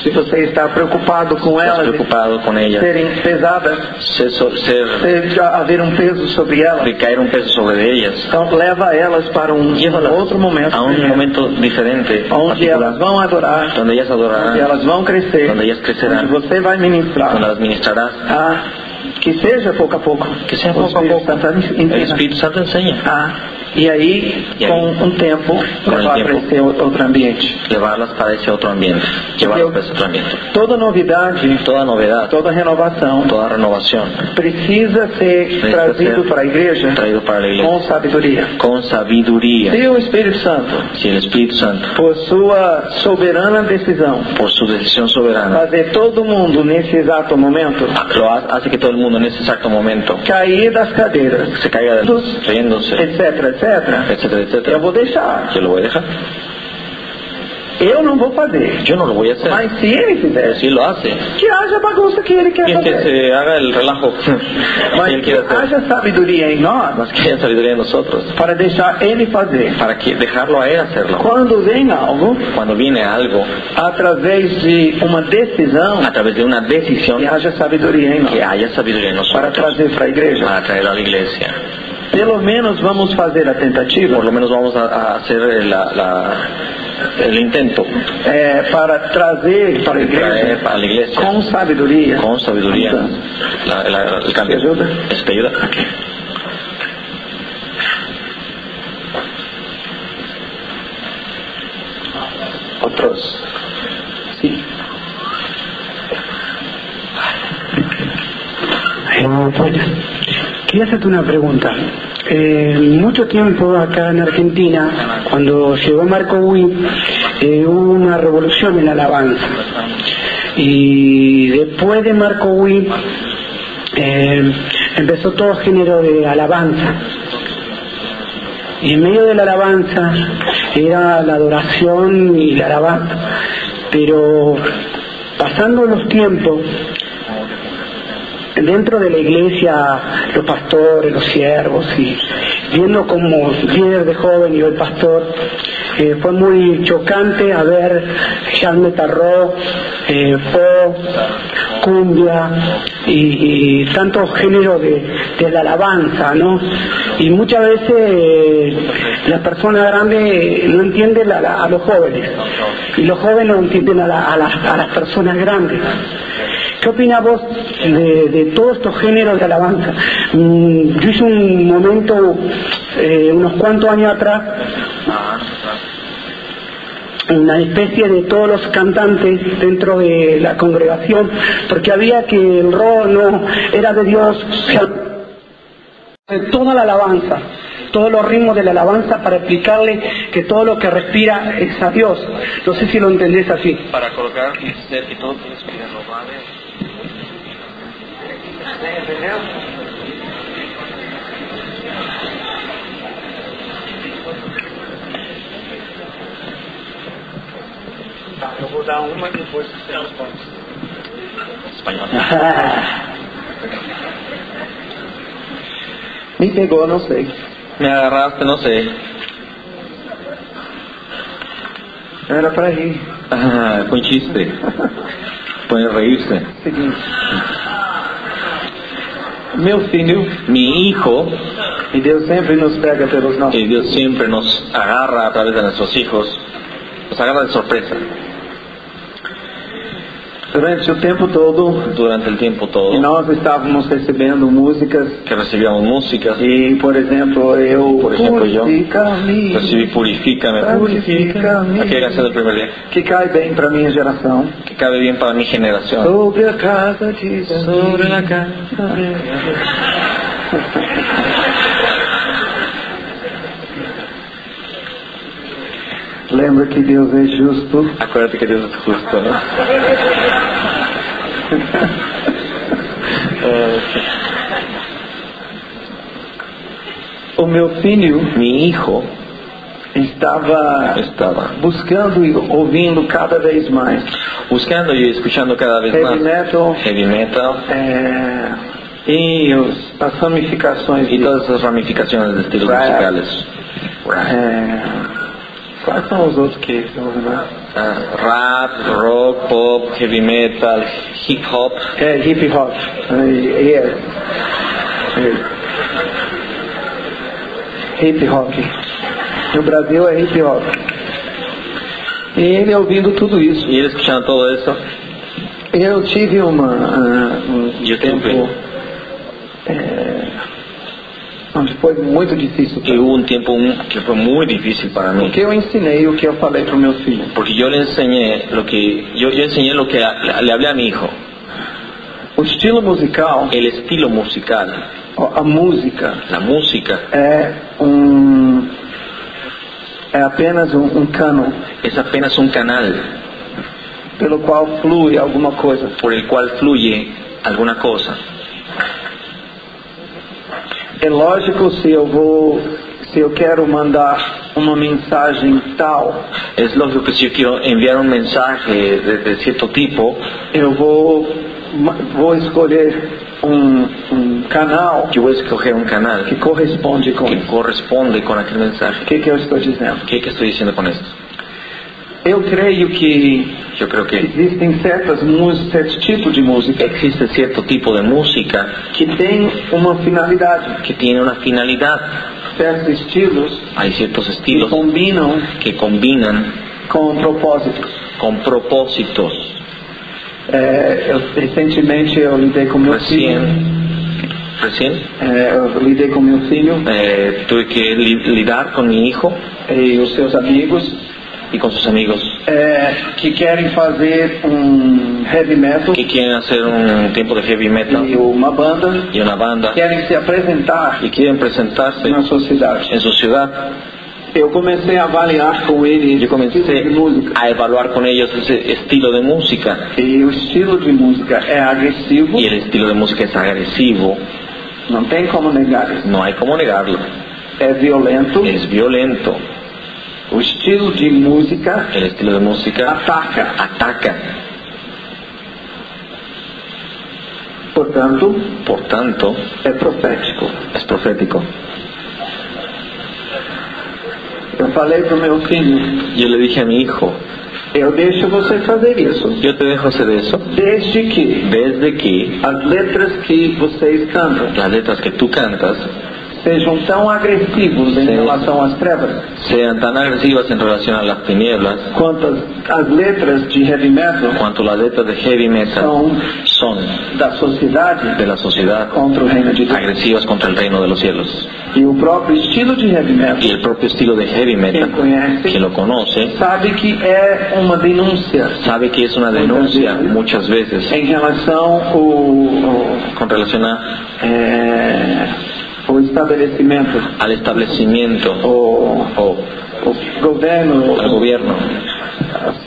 Speaker 1: Se você está preocupado com
Speaker 2: estás
Speaker 1: elas
Speaker 2: preocupado é. con
Speaker 1: de
Speaker 2: ellas
Speaker 1: serem pesadas,
Speaker 2: ser, so- ser
Speaker 1: de já haver um peso sobre elas,
Speaker 2: de caer un peso sobre ellas
Speaker 1: então leva elas para um
Speaker 2: llévalas
Speaker 1: outro momento,
Speaker 2: a un
Speaker 1: primeiro,
Speaker 2: momento diferente
Speaker 1: onde
Speaker 2: particular.
Speaker 1: elas vão adorar,
Speaker 2: donde ellas
Speaker 1: onde
Speaker 2: adorarán,
Speaker 1: elas vão crescer,
Speaker 2: Onde elas crescerão.
Speaker 1: onde você vai
Speaker 2: donde
Speaker 1: ministrar,
Speaker 2: las ministrarás.
Speaker 1: tá? que seja pouco a pouco,
Speaker 2: Que sea
Speaker 1: O
Speaker 2: poco a
Speaker 1: Espírito
Speaker 2: poco.
Speaker 1: Santo ensina.
Speaker 2: El Espíritu Santo enseña.
Speaker 1: Tá? E aí,
Speaker 2: E aí?
Speaker 1: com um tempo,
Speaker 2: Com o
Speaker 1: levar para
Speaker 2: tempo.
Speaker 1: esse outro ambiente.
Speaker 2: Llevarlas para ese otro ambiente. Llevarlas
Speaker 1: Yo-
Speaker 2: para ese otro ambiente.
Speaker 1: Toda novidade,
Speaker 2: Toda novedad,
Speaker 1: toda renovação,
Speaker 2: toda renovación
Speaker 1: precisa ser
Speaker 2: Precisa
Speaker 1: trazido
Speaker 2: ser
Speaker 1: para a igreja
Speaker 2: traído para la iglesia
Speaker 1: com sabedoria.
Speaker 2: con sabiduría.
Speaker 1: Se o Espírito Santo,
Speaker 2: Si el Espíritu Santo,
Speaker 1: por sua soberana decisão,
Speaker 2: por su decisión soberana,
Speaker 1: fazer todo mundo nesse exato momento
Speaker 2: lo ha- hace que todo el mundo en ese exacto momento
Speaker 1: cair das cadeiras,
Speaker 2: se caiga de
Speaker 1: Dos.
Speaker 2: riéndose,
Speaker 1: etc, etc,
Speaker 2: etcétera,
Speaker 1: eu
Speaker 2: etcétera,
Speaker 1: vou deixar.
Speaker 2: yo lo voy a dejar.
Speaker 1: Eu não vou fazer.
Speaker 2: Yo no lo voy a hacer.
Speaker 1: Mas se ele
Speaker 2: Pero
Speaker 1: fizer,
Speaker 2: si lo hace,
Speaker 1: que haja a bagunça que ele quer
Speaker 2: y es que
Speaker 1: fazer.
Speaker 2: se haga el relajo [LAUGHS] que él
Speaker 1: Mas que
Speaker 2: quiere hacer,
Speaker 1: haja sabedoria em nós
Speaker 2: más que haya sabiduría en nosotros,
Speaker 1: para deixar ele fazer.
Speaker 2: para que dejarlo a él hacerlo.
Speaker 1: Quando vem algo,
Speaker 2: cuando viene algo
Speaker 1: através de uma decisão,
Speaker 2: a través de una decisión
Speaker 1: que haja sabedoria em
Speaker 2: que
Speaker 1: nós
Speaker 2: haya sabiduría en
Speaker 1: para
Speaker 2: nosotros
Speaker 1: trazer para a igreja.
Speaker 2: para traer a la iglesia.
Speaker 1: Pelo menos vamos fazer a tentativa
Speaker 2: Por lo menos vamos a, a hacer la- la- el intento
Speaker 1: é, para trazer para a
Speaker 2: de traer
Speaker 1: igreja
Speaker 2: a la iglesia
Speaker 1: com sabedoria.
Speaker 2: con sabiduría la- la- el cambio.
Speaker 1: ¿Te ayuda?
Speaker 2: ¿Eso te ayuda? Otros.
Speaker 7: Eh, Paula, Quería hacerte una pregunta. Eh, mucho tiempo acá en Argentina, cuando llegó Marco Witt, eh, hubo una revolución en la alabanza. Y después de Marco Witt, eh, empezó todo género de alabanza. Y en medio de la alabanza era la adoración y la alabanza. Pero pasando los tiempos, dentro de la iglesia, los pastores, los siervos, y viendo como líder de joven y el pastor, eh, fue muy chocante a ver Jean Tarro, eh, Fo, Cumbia y, y tantos géneros de, de, la alabanza, ¿no? Y muchas veces eh, la persona grande no entiende la, la, a los jóvenes y los jóvenes no entienden a, la, a, las, a las personas grandes. ¿Qué opina vos de, de, todos estos géneros de alabanza? Mm, yo hice un momento, eh, unos cuantos años atrás,
Speaker 2: Ah,
Speaker 7: una especie de todos los cantantes dentro de la congregación, porque había que el rol no era de Dios, toda la alabanza todos los ritmos de la alabanza para explicarle que todo lo que respira es a Dios. No sé si lo entendés
Speaker 1: [LAUGHS]
Speaker 7: así.
Speaker 2: Para colocar y ser que todo respira lo vale. Eu vou dar uma e depois você responde. Espanhol.
Speaker 1: Me pegou, não sei.
Speaker 2: [LAUGHS] Me agarraste, no sé.
Speaker 1: Era para rir.
Speaker 2: Ah, fue un chiste. Pueden reírse.
Speaker 1: Seguinte. Meu filho,
Speaker 2: mi hijo,
Speaker 1: y Dios siempre nos pega pelos nossos.
Speaker 2: Y Dios siempre nos agarra a través de nuestros hijos, nos agarra de sorpresa.
Speaker 1: Durante o tempo todo,
Speaker 2: durante o tempo todo,
Speaker 1: nós estávamos recebendo músicas,
Speaker 2: que recebíamos músicas,
Speaker 1: e por exemplo eu,
Speaker 2: por exemplo eu,
Speaker 1: recebi
Speaker 2: purifica-me,
Speaker 1: purifica-me,
Speaker 2: aquela canção do primeiro dia,
Speaker 1: que cai bem para minha geração,
Speaker 2: que cabe bem para minha geração,
Speaker 1: sobre a casa de Davi,
Speaker 2: sobre a casa de
Speaker 1: [LAUGHS] Lembra que Deus é justo.
Speaker 2: Acuérdate que Deus é justo, né?
Speaker 1: o meu filho,
Speaker 2: meu hijo,
Speaker 1: estava,
Speaker 2: estava
Speaker 1: buscando e ouvindo cada vez mais.
Speaker 2: Buscando e escutando cada vez
Speaker 1: heavy mais. Metal,
Speaker 2: heavy metal.
Speaker 1: É, e os, as ramificações.
Speaker 2: E todas as ramificações de estilos rap, musicais.
Speaker 1: Eh. É, Quais são os outros que estão ouvindo? Uh,
Speaker 2: Ah, rap, rock, pop, heavy metal, hip hop.
Speaker 1: É, hip hop. é. Yeah. É. Hip hop. No Brasil é hip hop. E ele é ouvindo tudo isso.
Speaker 2: E ele escutando tudo isso.
Speaker 1: Eu tive uma. Uh,
Speaker 2: um De tempo. tempo
Speaker 1: é, mas foi muito difícil.
Speaker 2: E um tempo um, que foi muito difícil para mim.
Speaker 1: Porque eu ensinei o que eu falei para o meu filho.
Speaker 2: Porque eu lhe ensinei o que eu, eu ensinei o que lhe falei a meu filho.
Speaker 1: O estilo musical.
Speaker 2: El estilo musical.
Speaker 1: A música.
Speaker 2: A música.
Speaker 1: É um é apenas um, um cano.
Speaker 2: É apenas um canal.
Speaker 1: Pelo qual flui alguma coisa.
Speaker 2: Por el qual fluye alguma coisa.
Speaker 1: É lógico se eu vou, se eu quero mandar uma mensagem tal.
Speaker 2: É lógico que se eu quero enviar um mensagem de, de certo tipo,
Speaker 1: eu vou vou escolher um, um canal.
Speaker 2: Que vou escolher um canal
Speaker 1: que corresponde com
Speaker 2: que corresponde com aquele mensagem.
Speaker 1: O que que eu estou dizendo?
Speaker 2: O que que estou dizendo com isso?
Speaker 1: Eu creio que
Speaker 2: eu creio que
Speaker 1: existem certas certos tipos de música.
Speaker 2: Existe certo tipo de música
Speaker 1: que tem uma finalidade.
Speaker 2: Que tem uma finalidade.
Speaker 1: Certos estilos.
Speaker 2: Há certos estilos
Speaker 1: que combinam.
Speaker 2: Que combinam
Speaker 1: com propósitos.
Speaker 2: Com propósitos.
Speaker 1: É, eu, recentemente eu lidei com meu
Speaker 2: Recien,
Speaker 1: filho.
Speaker 2: Recien.
Speaker 1: É, eu lidei com meu filho.
Speaker 2: É, tive eh, que lidar com meu filho.
Speaker 1: E os seus amigos
Speaker 2: e com seus amigos
Speaker 1: é, que querem fazer um heavy metal
Speaker 2: que querem fazer um tempo de heavy metal
Speaker 1: e uma banda
Speaker 2: e uma banda
Speaker 1: querem se apresentar
Speaker 2: e querem apresentar-se
Speaker 1: na sociedade
Speaker 2: em sociedade
Speaker 1: eu comecei a avaliar com ele
Speaker 2: eu comecei a avaliar com eles esse estilo de música
Speaker 1: e o estilo de música é agressivo
Speaker 2: e o estilo de música é agressivo
Speaker 1: não tem como negar isso
Speaker 2: não há como negá-lo
Speaker 1: é violento,
Speaker 2: es violento.
Speaker 1: o estilo de música
Speaker 2: El estilo de música
Speaker 1: ataca.
Speaker 2: ataca.
Speaker 1: Portanto,
Speaker 2: Por tanto,
Speaker 1: é profético.
Speaker 2: es profético.
Speaker 1: Eu falei para o meu filho,
Speaker 2: Yo le dije a mi hijo,
Speaker 1: eu deixo você fazer isso,
Speaker 2: yo te dejo hacer eso
Speaker 1: desde que
Speaker 2: desde que
Speaker 1: as letras que vocês cantam
Speaker 2: las letras que tú cantas
Speaker 1: sejam tão agressivos em
Speaker 2: Sim.
Speaker 1: relação às trevas
Speaker 2: sean tan agresivas en relación a las tinieblas
Speaker 1: quanto as, as letras de heavy metal
Speaker 2: cuanto las letras de heavy metal
Speaker 1: são
Speaker 2: son
Speaker 1: da sociedade
Speaker 2: de la sociedad
Speaker 1: contra o reino de Deus.
Speaker 2: agresivas contra el reino de los cielos.
Speaker 1: E o próprio estilo de heavy
Speaker 2: Y
Speaker 1: metal,
Speaker 2: el propio estilo de heavy
Speaker 1: quem
Speaker 2: metal, quien
Speaker 1: conhece,
Speaker 2: lo conoce,
Speaker 1: sabe que é uma denúncia
Speaker 2: sabe que es una denuncia muchas veces
Speaker 1: em relação ao, ao,
Speaker 2: con relación a-
Speaker 1: é, ao estabelecimento,
Speaker 2: al establecimiento
Speaker 1: ao,
Speaker 2: o
Speaker 1: ao governo,
Speaker 2: al gobierno,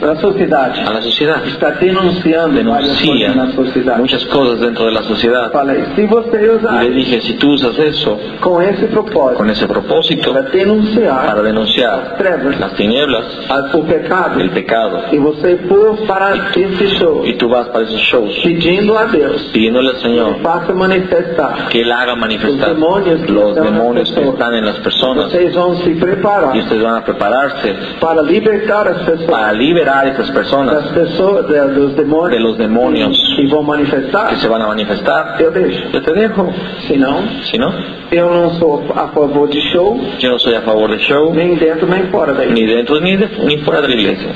Speaker 1: à sociedade.
Speaker 2: a la sociedad.
Speaker 1: Está denunciando várias
Speaker 2: É. Denuncia
Speaker 1: coisas na sociedade.
Speaker 2: muchas cosas dentro de la sociedad.
Speaker 1: Falei, se você
Speaker 2: Y
Speaker 1: usar
Speaker 2: le dije, si tú usas eso
Speaker 1: com esse propósito,
Speaker 2: con ese propósito
Speaker 1: para denunciar
Speaker 2: para denunciar
Speaker 1: as trevas,
Speaker 2: las tinieblas,
Speaker 1: a- o pecado,
Speaker 2: el pecado,
Speaker 1: e você for para esse show,
Speaker 2: y tú vas para esos shows
Speaker 1: pedindo a Deus
Speaker 2: pidiéndole al
Speaker 1: que
Speaker 2: Señor
Speaker 1: faça manifestar,
Speaker 2: que Él haga manifestar
Speaker 1: Los demonios que
Speaker 2: los
Speaker 1: están en las
Speaker 2: demonios que
Speaker 1: personas.
Speaker 2: están en las personas
Speaker 1: vocês vão se
Speaker 2: y
Speaker 1: preparar
Speaker 2: ustedes van a prepararse
Speaker 1: para libertar as
Speaker 2: para
Speaker 1: pessoas,
Speaker 2: liberar a esas
Speaker 1: das
Speaker 2: personas
Speaker 1: pessoas da- dos
Speaker 2: de
Speaker 1: demônios
Speaker 2: los demonios
Speaker 1: que vão
Speaker 2: que
Speaker 1: manifestar.
Speaker 2: se van a manifestar.
Speaker 1: Eu deixo.
Speaker 2: Yo te dejo,
Speaker 1: Senão,
Speaker 2: si no,
Speaker 1: eu não sou a favor de show,
Speaker 2: yo no soy a favor del show,
Speaker 1: nem dentro nem fora da igreja.
Speaker 2: ni dentro ni, de- ni fuera de la iglesia.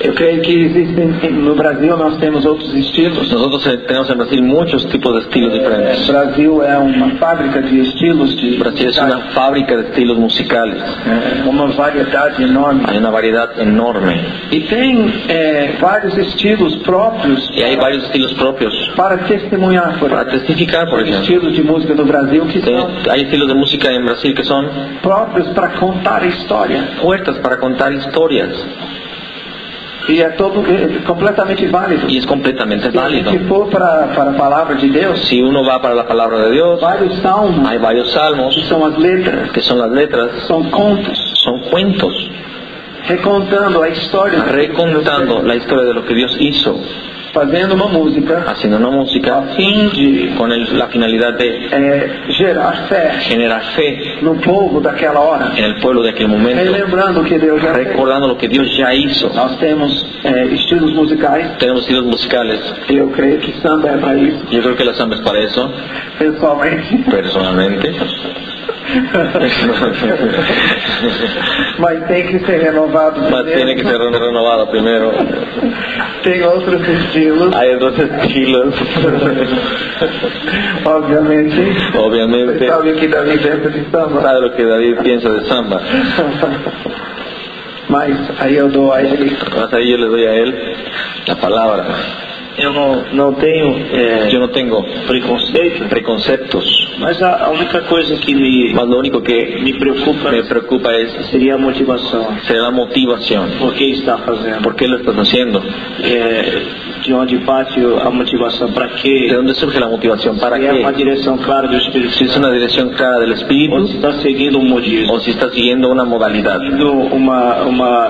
Speaker 1: Eu creio que existem, no Brasil nós temos outros estilos.
Speaker 2: Nosotros eh, tenemos en Brasil muchos tipos de estilos
Speaker 1: É,
Speaker 2: diferentes.
Speaker 1: Brasil é uma fábrica de estilos de
Speaker 2: Brasil es una fábrica de estilos musicales.
Speaker 1: É, uma variedade enorme.
Speaker 2: Hay una variedad enorme
Speaker 1: E tem é, vários estilos próprios
Speaker 2: y hay varios estilos propios
Speaker 1: para testemunhar, por
Speaker 2: para
Speaker 1: exemplo.
Speaker 2: testificar, por ejemplo.
Speaker 1: Estilos de música no Brasil que são
Speaker 2: Te- Hay estilos de música en Brasil que son
Speaker 1: próprios para contar a história.
Speaker 2: puertas para contar historias
Speaker 1: E é todo é completamente válido.
Speaker 2: y es completamente é válido.
Speaker 1: Se for para, para a palavra de Deus,
Speaker 2: Si uno va para la palabra de Dios,
Speaker 1: vários salmos,
Speaker 2: hay varios salmos
Speaker 1: que são as letras,
Speaker 2: que son las letras,
Speaker 1: são contos,
Speaker 2: son cuentos
Speaker 1: recontando a história,
Speaker 2: recontando la historia de lo que Dios hizo,
Speaker 1: fazendo uma música
Speaker 2: haciendo una música
Speaker 1: a fim de
Speaker 2: con el- la finalidad de
Speaker 1: é, gerar fé
Speaker 2: generar fe
Speaker 1: no povo daquela hora,
Speaker 2: en el pueblo de aquel momento,
Speaker 1: relembrando que Deus já fez.
Speaker 2: recordando lo que Dios ya hizo.
Speaker 1: Nós temos é, estilos musicais,
Speaker 2: Tenemos estilos musicales.
Speaker 1: eu creio que samba é para isso,
Speaker 2: Yo creo que la samba es para eso,
Speaker 1: pessoalmente. [LAUGHS]
Speaker 2: personalmente.
Speaker 1: Mas tem que ser renovado.
Speaker 2: Mas tiene que ser renovada primero.
Speaker 1: Tem outros
Speaker 2: [LAUGHS]
Speaker 1: estilos,
Speaker 2: Hay otros estilos,
Speaker 1: obviamente. Você
Speaker 2: obviamente.
Speaker 1: sabe que Davi pensa de samba.
Speaker 2: Sabe lo que David piensa de samba. Tá.
Speaker 1: Mas aí eu dou a ele.
Speaker 2: Mas ahí yo le doy a él la palabra.
Speaker 8: Eu não, não tenho é,
Speaker 2: Yo no tengo
Speaker 8: preconceito,
Speaker 2: preconceptos,
Speaker 8: mas a, a única coisa que me,
Speaker 2: mas lo único que
Speaker 8: me preocupa
Speaker 2: me preocupa es
Speaker 8: seria a motivação.
Speaker 2: será la motivación.
Speaker 8: Por que está fazendo?
Speaker 2: ¿Por qué lo estás haciendo?
Speaker 8: É, de onde parte a motivação? Para
Speaker 2: ¿De
Speaker 8: quê?
Speaker 2: dónde surge la motivación? ¿Para
Speaker 8: Se é uma
Speaker 2: qué?
Speaker 8: direção clara do Espírito
Speaker 2: Si es
Speaker 8: Santo,
Speaker 2: una dirección clara del
Speaker 8: ou se
Speaker 2: espíritu
Speaker 8: está seguindo um modismo?
Speaker 2: o si estás siguiendo una modalidad.
Speaker 8: Seguindo uma, uma...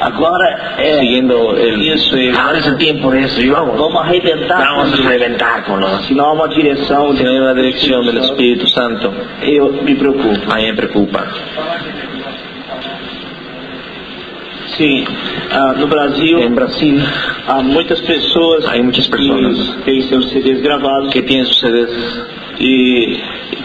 Speaker 8: Agora
Speaker 2: Eh,
Speaker 8: é...
Speaker 2: Siguiendo el...
Speaker 8: Isso, é.
Speaker 2: Ahora es el tiempo de eso y vamos.
Speaker 8: Vamos arrebentar.
Speaker 2: Vamos a reventar con los...
Speaker 8: Se não há uma direção,
Speaker 2: Si no hay una dirección del Espíritu Santo,
Speaker 8: eu me preocupo.
Speaker 2: a mí me preocupa.
Speaker 8: Sim, ah, no Brasil
Speaker 2: En Brasil
Speaker 8: há muitas pessoas
Speaker 2: hay muchas personas
Speaker 8: que têm seus CDs gravados
Speaker 2: que tienen sus sedes
Speaker 8: e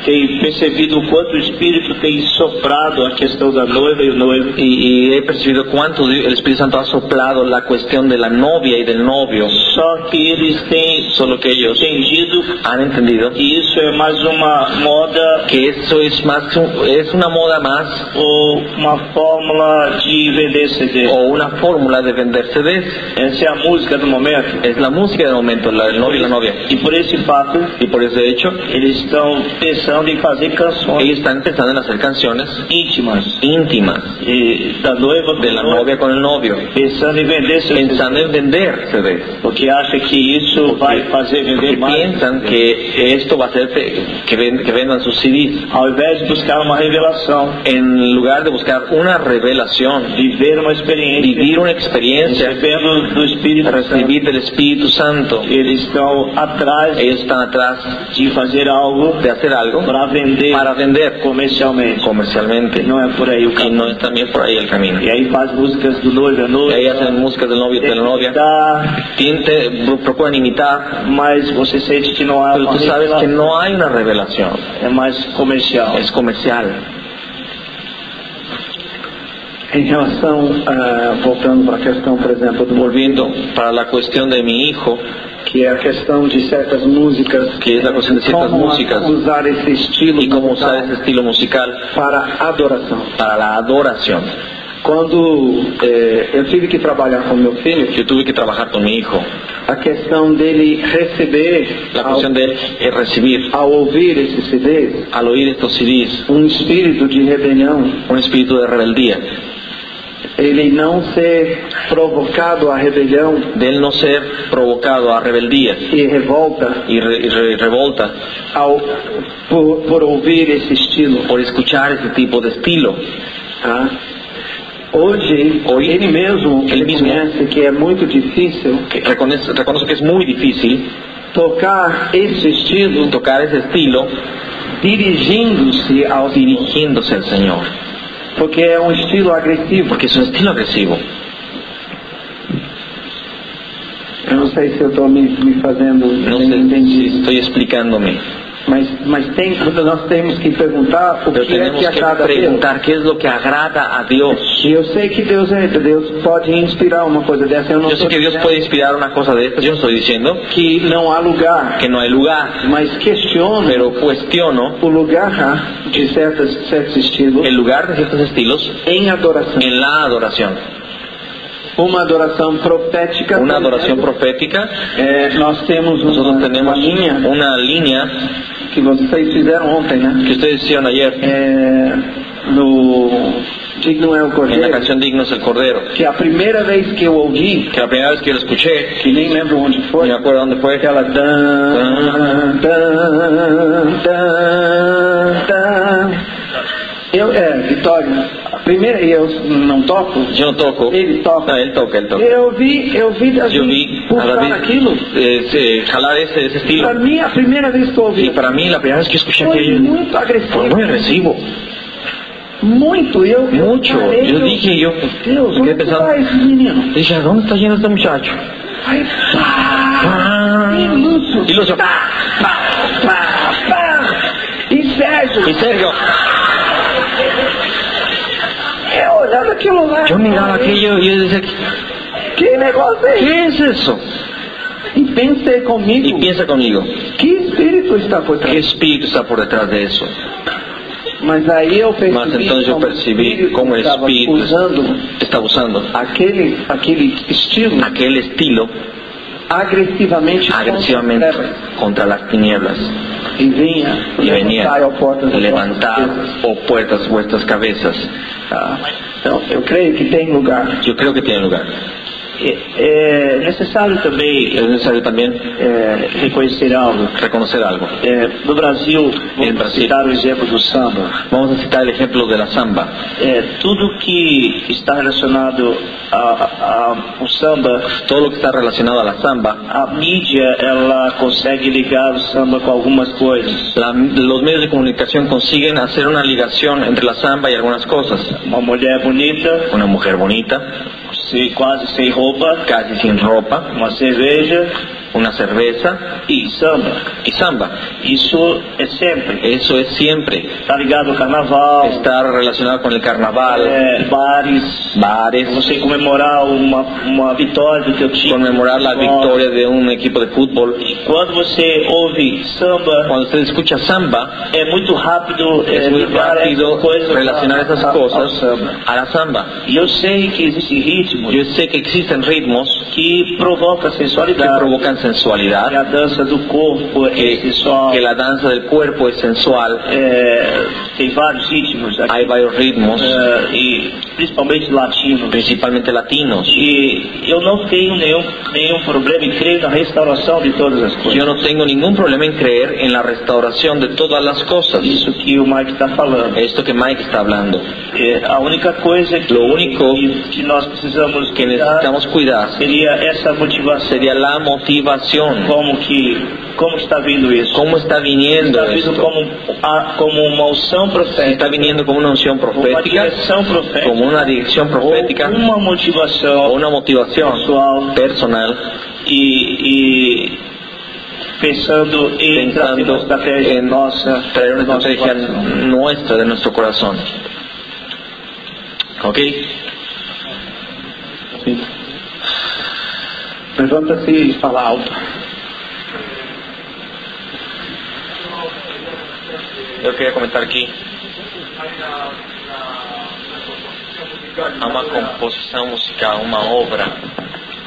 Speaker 8: têm percebido o quanto o Espírito tem soprado a questão da noiva e o noivo.
Speaker 2: y, y he percibido cuánto di- el Espíritu Santo ha soplado la cuestión de la novia y del novio,
Speaker 8: Só que eles têm
Speaker 2: solo que ellos
Speaker 8: entendido
Speaker 2: han entendido
Speaker 8: que isso é mais uma moda
Speaker 2: que eso es más un- es una moda más
Speaker 8: ou uma fórmula de vender CD.
Speaker 2: o una fórmula de vender CDs.
Speaker 8: Essa é a música do momento.
Speaker 2: Es la música del momento, la del novio y la novia.
Speaker 8: E por esse fato,
Speaker 2: Y por ese hecho,
Speaker 8: eles estão
Speaker 1: intenção de fazer canções
Speaker 2: Ellos están pensando en hacer canciones
Speaker 1: íntimas
Speaker 2: íntimas
Speaker 1: e da noiva
Speaker 2: de la novia con el novio,
Speaker 1: pensando em vender seus
Speaker 2: pensando en vender, se ve.
Speaker 1: porque acha que isso vai fazer vender
Speaker 2: Porque
Speaker 1: mais
Speaker 2: piensan que esto va a hacer que, que ven- que vendan sus CDs.
Speaker 1: ao invés de buscar uma revelação
Speaker 2: En lugar de buscar una revelación,
Speaker 1: viver uma experiência
Speaker 2: vivir una experiencia,
Speaker 1: recebendo do Espírito Santo
Speaker 2: recibir del Espíritu Santo,
Speaker 1: eles estão atrás
Speaker 2: ellos están atrás
Speaker 1: de fazer algo
Speaker 2: de hacer algo
Speaker 1: para vender
Speaker 2: para vender
Speaker 1: comercialmente
Speaker 2: comercialmente.
Speaker 1: não é por aí o
Speaker 2: Y
Speaker 1: caminho
Speaker 2: no es también por ahí el camino.
Speaker 1: e aí faz músicas do noivo à
Speaker 2: Y ahí
Speaker 1: noite
Speaker 2: hacen música del novio y de la novia.
Speaker 1: Tá,
Speaker 2: Tinte- pro- procuran imitar,
Speaker 1: mas você sente que não há
Speaker 2: pero
Speaker 1: uma
Speaker 2: tú sabes que
Speaker 1: revelação.
Speaker 2: no hay una revelación.
Speaker 1: é mais comercial.
Speaker 2: Es comercial.
Speaker 1: Em relação, ah, voltando para a questão, por exemplo, do Morbi,
Speaker 2: Volviendo para la cuestión de mi hijo,
Speaker 1: que é a questão de certas músicas,
Speaker 2: que es la cuestión de ciertas
Speaker 1: como a-
Speaker 2: músicas
Speaker 1: usar esse estilo
Speaker 2: y cómo
Speaker 1: musical
Speaker 2: usar ese estilo musical
Speaker 1: para adoração.
Speaker 2: para la adoración.
Speaker 1: Quando eh, eu tive que trabalhar com meu filho,
Speaker 2: Yo tuve que trabajar con mi hijo.
Speaker 1: a questão dele receber,
Speaker 2: La
Speaker 1: ao,
Speaker 2: cuestión de él es recibir,
Speaker 1: ao ouvir esse CD,
Speaker 2: al oír estos CDs,
Speaker 1: um espírito de rebelião,
Speaker 2: un espíritu de rebeldía,
Speaker 1: ele não ser provocado à rebelião
Speaker 2: de él no ser provocado a rebeldía
Speaker 1: e revolta
Speaker 2: y, re- y re- revolta
Speaker 1: ao, por, por ouvir esse estilo.
Speaker 2: por escuchar ese tipo de estilo.
Speaker 1: Tá? Hoje,
Speaker 2: Hoje,
Speaker 1: ele mesmo
Speaker 2: ele mesmo.
Speaker 1: reconhece que é muito difícil
Speaker 2: Que reconoce- reconozco que es muy difícil
Speaker 1: tocar esse estilo
Speaker 2: tocar ese estilo
Speaker 1: dirigindo-se ao dirigir,
Speaker 2: dirigiéndose al Señor,
Speaker 1: porque é um estilo agressivo.
Speaker 2: porque es un estilo agresivo.
Speaker 1: Eu não sei se eu estou me, me fazendo
Speaker 2: No
Speaker 1: bem
Speaker 2: sé si
Speaker 1: entendido,
Speaker 2: estoy explicándome,
Speaker 1: mas, mas tem, nós temos que perguntar o
Speaker 2: pero
Speaker 1: que é
Speaker 2: tenemos
Speaker 1: que agrada
Speaker 2: que
Speaker 1: a Deus.
Speaker 2: preguntar qué es lo que agrada a Dios.
Speaker 1: E eu sei que Deus é, Deus pode inspirar uma coisa dessa. Eu não
Speaker 2: Yo sé
Speaker 1: tô
Speaker 2: que Dios
Speaker 1: dizendo
Speaker 2: puede inspirar una cosa de estas, yo no estoy diciendo
Speaker 1: que não há lugar,
Speaker 2: que no hay lugar,
Speaker 1: mas questiono
Speaker 2: pero cuestiono
Speaker 1: o lugar de certos, certos estilos
Speaker 2: el lugar de ciertos estilos
Speaker 1: em adoração.
Speaker 2: en la adoración.
Speaker 1: Uma adoração profética.
Speaker 2: Una
Speaker 1: por
Speaker 2: adoración
Speaker 1: exemplo,
Speaker 2: profética,
Speaker 1: é, nós temos
Speaker 2: nosotros
Speaker 1: uma, uma
Speaker 2: tenemos
Speaker 1: linha
Speaker 2: una línea
Speaker 1: que vocês fizeron ontem, né?
Speaker 2: que ustedes hicieron ayer
Speaker 1: É, no Digno é o
Speaker 2: en la
Speaker 1: Cordeiro,
Speaker 2: canción Digno es el Cordero,
Speaker 1: que é a primeira vez que eu ouvi,
Speaker 2: que la primera vez que yo la escuché,
Speaker 1: que nem lembro onde
Speaker 2: no
Speaker 1: foi,
Speaker 2: me acuerdo dónde fue,
Speaker 1: aquela dan, dan, dan, dan. Eu, é, Vitória, a primeira, e eu não toco,
Speaker 2: yo no toco,
Speaker 1: ele toca.
Speaker 2: no, él toca, él toca.
Speaker 1: Eu vi, Então. eu vi assim, Davi
Speaker 2: Yo vi a
Speaker 1: puxar
Speaker 2: David
Speaker 1: aquilo.
Speaker 2: eh, eh, jalar ese, ese
Speaker 1: Para
Speaker 2: estilo.
Speaker 1: mí, a primeira vez que eu
Speaker 2: Y
Speaker 1: ouvi,
Speaker 2: para mí, la primera vez que escuché
Speaker 1: foi
Speaker 2: aquello,
Speaker 1: muito
Speaker 2: fue
Speaker 1: agressivo.
Speaker 2: muy agresivo,
Speaker 1: Muito, eu
Speaker 2: mucho.
Speaker 1: parei,
Speaker 2: Yo dije, yo
Speaker 1: Deus,
Speaker 2: me quedé
Speaker 1: onde que
Speaker 2: pensando,
Speaker 1: vai esse menino?
Speaker 2: dije, ¿a dónde está yendo este muchacho?
Speaker 1: Aí, pá, e
Speaker 2: Ah,
Speaker 1: Lúcio,
Speaker 2: Y Lucio,
Speaker 1: pá, pá, pá, pá, e
Speaker 2: y
Speaker 1: Sérgio,
Speaker 2: Sergio,
Speaker 1: é- eu olhando aquilo lá,
Speaker 2: yo miraba aquello y yo decía,
Speaker 1: que negócio é esse?
Speaker 2: ¿qué es eso?
Speaker 1: E pensei
Speaker 2: Y
Speaker 1: comigo,
Speaker 2: piensa conmigo,
Speaker 1: que espírito está por
Speaker 2: ¿qué
Speaker 1: trás?
Speaker 2: espíritu está por detrás de eso?
Speaker 1: Mas aí eu percebi,
Speaker 2: Mas então eu
Speaker 1: como
Speaker 2: percebi
Speaker 1: espírito
Speaker 2: como
Speaker 1: estava
Speaker 2: espírito-
Speaker 1: usando
Speaker 2: Está usando
Speaker 1: aquele, aquele estilo
Speaker 2: aquel estilo
Speaker 1: agressivamente contra
Speaker 2: agresivamente
Speaker 1: as trevas.
Speaker 2: contra las tinieblas.
Speaker 1: e vinha
Speaker 2: y venía
Speaker 1: levantar ao porta das nossas
Speaker 2: levantar o puertas vuestras cabezas.
Speaker 1: vidas, tá? Então, eu creio que tem lugar.
Speaker 2: Yo creo que tiene lugar.
Speaker 1: É, é necessário também
Speaker 2: Es necesario también
Speaker 1: é, reconhecer algo.
Speaker 2: reconocer algo.
Speaker 1: É, no Brasil,
Speaker 2: Em
Speaker 1: vamos
Speaker 2: Brasília.
Speaker 1: citar o exemplo do samba.
Speaker 2: Vamos a citar el ejemplo de la samba.
Speaker 1: É, tudo que está relacionado a- a- ao samba,
Speaker 2: Todo lo que está relacionado a la samba,
Speaker 1: a mídia ela consegue ligar o samba com algumas coisas.
Speaker 2: la- los medios de comunicación consiguen hacer una ligación entre la samba y algunas cosas.
Speaker 1: Uma mulher bonita,
Speaker 2: Una mujer bonita,
Speaker 1: se- quase sem roupa,
Speaker 2: casi sin ropa,
Speaker 1: uma cerveja
Speaker 2: una cerveza
Speaker 1: e samba.
Speaker 2: y samba.
Speaker 1: Isso é sempre.
Speaker 2: Eso es siempre.
Speaker 1: Está Tá ligado ao carnaval, tá
Speaker 2: Está relacionado con el carnaval,
Speaker 1: é, bares,
Speaker 2: bares,
Speaker 1: você comemorar uma, uma vitória do teu time.
Speaker 2: conmemorar la victoria de un equipo de fútbol.
Speaker 1: Quando você ouve samba,
Speaker 2: Cuando usted escucha samba,
Speaker 1: é muito rápido é,
Speaker 2: es muy
Speaker 1: ligar
Speaker 2: rápido
Speaker 1: essas coisas
Speaker 2: relacionar
Speaker 1: a-
Speaker 2: esas
Speaker 1: a- ao
Speaker 2: cosas
Speaker 1: samba.
Speaker 2: a la samba.
Speaker 1: E eu sei que existem ritmos
Speaker 2: Yo sé que existen ritmos
Speaker 1: que provocam
Speaker 2: que
Speaker 1: sensualidade,
Speaker 2: provocan
Speaker 9: que a
Speaker 2: sensualidad,
Speaker 9: dança do corpo é
Speaker 2: que,
Speaker 9: sensual.
Speaker 2: que la danza del cuerpo es sensual,
Speaker 9: É, tem vários ritmos aqui,
Speaker 2: hay varios ritmos,
Speaker 9: é, e principalmente latinos.
Speaker 2: principalmente latinos.
Speaker 9: E eu não tenho nenhum, nenhum problema e creio na restauração de todas as coisas.
Speaker 2: Pues Yo no tengo ningún problema en creer en la restauración de todas las cosas.
Speaker 9: Isso que o Mike está falando.
Speaker 2: Esto que Mike está hablando,
Speaker 9: É, a única coisa que,
Speaker 2: Lo único
Speaker 9: que, que nós precisamos
Speaker 2: que
Speaker 9: cuidar
Speaker 2: necesitamos cuidar,
Speaker 9: seria essa motivação.
Speaker 2: sería la motivación.
Speaker 9: como que como está vindo isso?
Speaker 2: ¿Cómo está viniendo
Speaker 9: está vindo
Speaker 2: esto?
Speaker 9: como a, como uma unção profética,
Speaker 2: Está viniendo como una unción
Speaker 9: uma
Speaker 2: profética,
Speaker 9: direção profética,
Speaker 2: como una dirección profética,
Speaker 9: ou uma
Speaker 2: o
Speaker 9: motivação
Speaker 2: una motivación
Speaker 9: pessoal
Speaker 2: personal,
Speaker 9: e, e pensando em trazer uma
Speaker 2: pensando
Speaker 9: estratégia
Speaker 2: en
Speaker 9: nossa,
Speaker 2: traer una
Speaker 9: do nosso
Speaker 2: estrategia
Speaker 9: coração.
Speaker 2: nuestra de nuestro corazón. ¿Ok?
Speaker 9: Levanta-se e fala alto.
Speaker 2: Yo quería comentar aquí. A una composición musical, una obra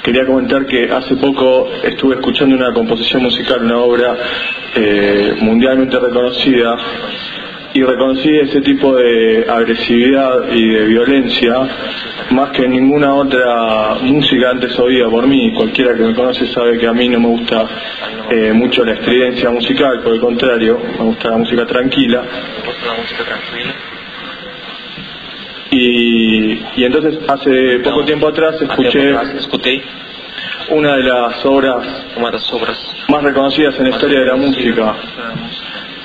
Speaker 4: Quería comentar que hace poco estuve escuchando una composición musical, una obra eh, mundialmente reconocida, y reconocí ese tipo de agresividad y de violencia más que ninguna otra música antes oída por mí. Cualquiera que me conoce sabe que a mí no me gusta eh, mucho la estridencia musical, por el contrario, me gusta la música tranquila. Y, y entonces hace poco
Speaker 2: No.
Speaker 4: tiempo atrás escuché
Speaker 2: Escuché, escuché
Speaker 4: una de las obras
Speaker 2: una de las obras
Speaker 4: más reconocidas en la historia de la música,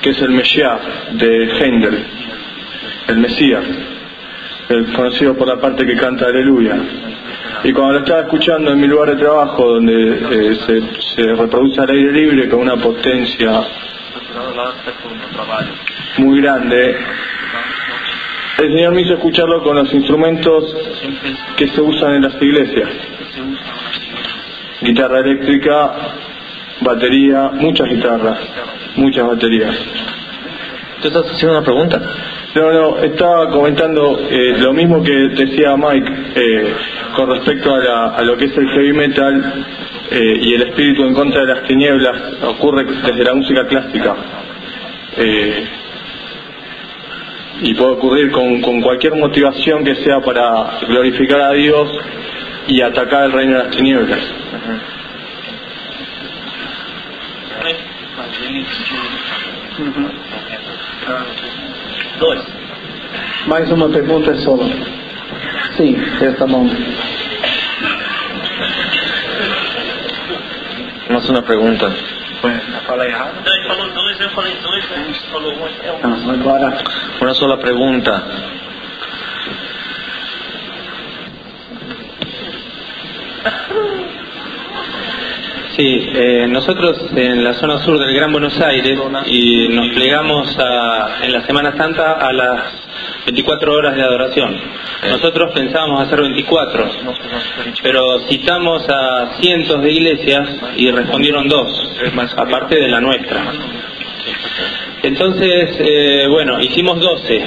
Speaker 4: que es el Mesías de Händel, el Mesías, el conocido por la parte que canta Aleluya. Y cuando lo estaba escuchando en mi lugar de trabajo, donde eh, se, se reproduce al aire libre con una potencia muy grande, el Señor me hizo escucharlo con los instrumentos que se usan en las iglesias guitarra eléctrica, batería, muchas guitarras, muchas baterías.
Speaker 2: Tú estás haciendo una pregunta.
Speaker 4: No, no, estaba comentando eh, lo mismo que decía Mike eh, con respecto a, la- a lo que es el heavy metal eh, y el espíritu en contra de las tinieblas ocurre desde la música clásica. Eh, y puede ocurrir con, con cualquier motivación que sea para glorificar a Dios y atacar el reino de las tinieblas.
Speaker 9: Dois. Mais uma pergunta, Sola. Sim, esta mão.
Speaker 2: No es una pregunta.
Speaker 10: Não, ele falou dois, eu falei dois, né? Ele falou um, é um.
Speaker 9: Ah, agora
Speaker 2: Una sola pregunta.
Speaker 1: Sí, eh, nosotros en la zona sur del Gran Buenos Aires y nos plegamos a- en la Semana Santa a las 24 horas de adoración. Nosotros pensábamos hacer 24, pero citamos a cientos de iglesias y respondieron dos, aparte de la nuestra. Entonces, eh, bueno, hicimos 12,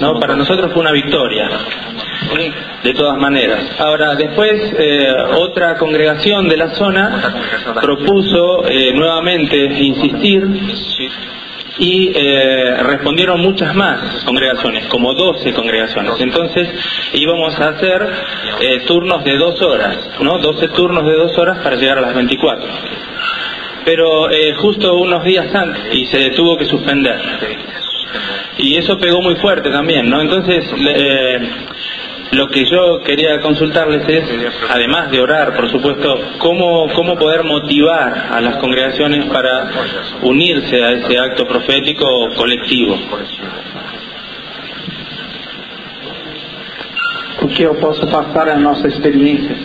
Speaker 1: ¿no? Para nosotros fue una victoria de todas maneras. Ahora, después eh, otra congregación de la zona propuso eh, nuevamente insistir y eh, respondieron muchas más congregaciones, como 12 congregaciones. Entonces íbamos a hacer eh, turnos de dos horas, ¿no? 12 turnos de dos horas para llegar a las 24. Pero eh, justo unos días antes y se tuvo que suspender y eso pegó muy fuerte también, ¿no? Entonces, le- eh, lo que yo quería consultarles es, además de orar, por supuesto, cómo, cómo poder motivar a las congregaciones para unirse a ese acto profético colectivo.
Speaker 9: o que eu posso passar é a nossa experiência.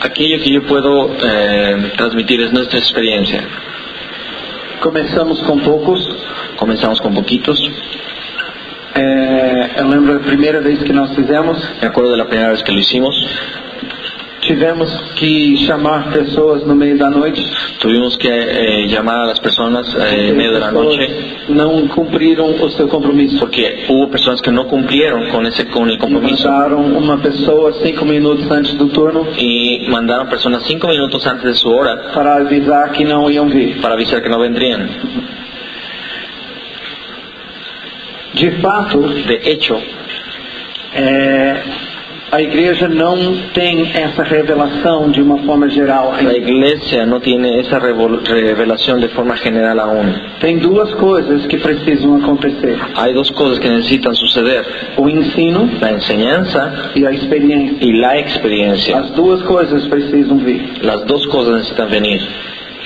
Speaker 2: Aquello que yo puedo eh, transmitir es nuestra experiencia.
Speaker 9: Começamos com poucos.
Speaker 2: Comenzamos con poquitos.
Speaker 9: Eh, É, eu lembro a primeira vez que nós fizemos,
Speaker 2: Me acuerdo de la primera vez que lo hicimos.
Speaker 1: Tivemos que chamar pessoas no meio da noite.
Speaker 2: Tuvimos que eh, llamar a las personas eh, en medio de la
Speaker 1: Pessoas
Speaker 2: noche
Speaker 1: Não cumpriram o seu compromisso.
Speaker 2: porque hubo personas que no cumplieron con ese con el
Speaker 1: E
Speaker 2: compromiso
Speaker 1: mandaram uma pessoa cinco minutos antes do turno
Speaker 2: y mandaron personas cinco minutos antes de su hora
Speaker 1: para avisar que não iam vir.
Speaker 2: para avisar que no vendrían.
Speaker 1: De fato,
Speaker 2: De hecho,
Speaker 1: é, a igreja não tem essa revelação de uma forma geral.
Speaker 2: la iglesia no tiene esa revol- revelación de forma general aún.
Speaker 1: Tem duas coisas que precisam acontecer:
Speaker 2: Hay dos cosas que necesitan suceder,
Speaker 1: o ensino
Speaker 2: la enseñanza
Speaker 1: e a experiência.
Speaker 2: y la experiencia.
Speaker 1: As duas coisas precisam vir.
Speaker 2: Las dos cosas necesitan venir.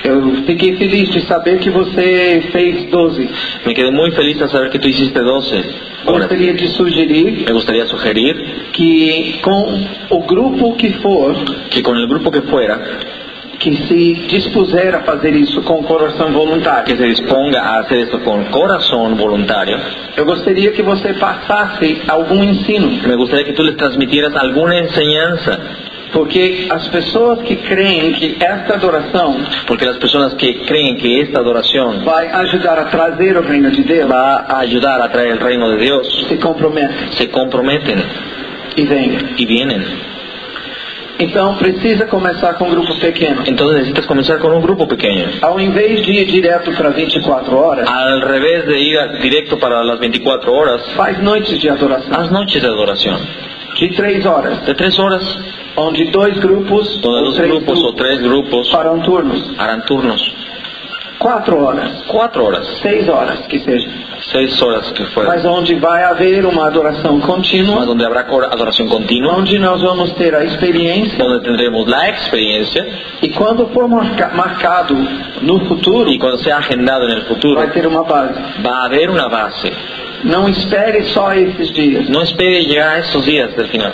Speaker 1: Eu fiquei feliz de saber que você fez 12.
Speaker 2: Me quedé muy feliz al saber que tú hiciste 12. Ahora,
Speaker 1: Gostaria de sugerir
Speaker 2: me gustaría sugerir
Speaker 1: que com o grupo que for,
Speaker 2: que con el grupo que fuera,
Speaker 1: que se dispuser a fazer isso com o coração
Speaker 2: que
Speaker 1: voluntário,
Speaker 2: se disponga a hacer esto con corazón voluntario,
Speaker 1: eu gostaria que você passasse algum ensino,
Speaker 2: me gustaría que tú les transmitieras alguna enseñanza,
Speaker 1: porque as pessoas que creem que esta adoração
Speaker 2: porque las personas que creen que esta adoración
Speaker 1: vai ajudar a trazer o reino de Deus,
Speaker 2: va a ayudar a traer el reino de Dios,
Speaker 1: se comprometem
Speaker 2: se comprometen
Speaker 1: e venham.
Speaker 2: y vienen.
Speaker 1: Então precisa começar com grupos pequenos.
Speaker 2: Entonces necesitas comenzar con un grupo pequeño.
Speaker 1: Ao invés de ir direto para 24 horas,
Speaker 2: Al revés de ir a- directo para las 24 horas,
Speaker 1: faz noites de adoração
Speaker 2: haz noches de adoración,
Speaker 1: de 3 horas,
Speaker 2: de tres horas,
Speaker 1: onde dois grupos
Speaker 2: donde
Speaker 1: ou
Speaker 2: dos
Speaker 1: três
Speaker 2: grupos o
Speaker 1: grupos
Speaker 2: tres grupos
Speaker 1: farão turnos.
Speaker 2: harán turnos,
Speaker 1: 4 horas,
Speaker 2: cuatro horas,
Speaker 1: 6 horas que seja.
Speaker 2: seis horas que fuera,
Speaker 1: mas onde vai haver uma adoração
Speaker 2: más
Speaker 1: contínua,
Speaker 2: donde habrá cor- adoración continua.
Speaker 1: onde nós vamos ter a experiência
Speaker 2: donde tendremos la experiencia
Speaker 1: e quando for marca- marcado no futuro,
Speaker 2: y cuando sea agendado en el futuro
Speaker 1: vai ter uma base.
Speaker 2: va a haber una base.
Speaker 1: Não espere só esses dias.
Speaker 2: No espere llegar a estos días del final.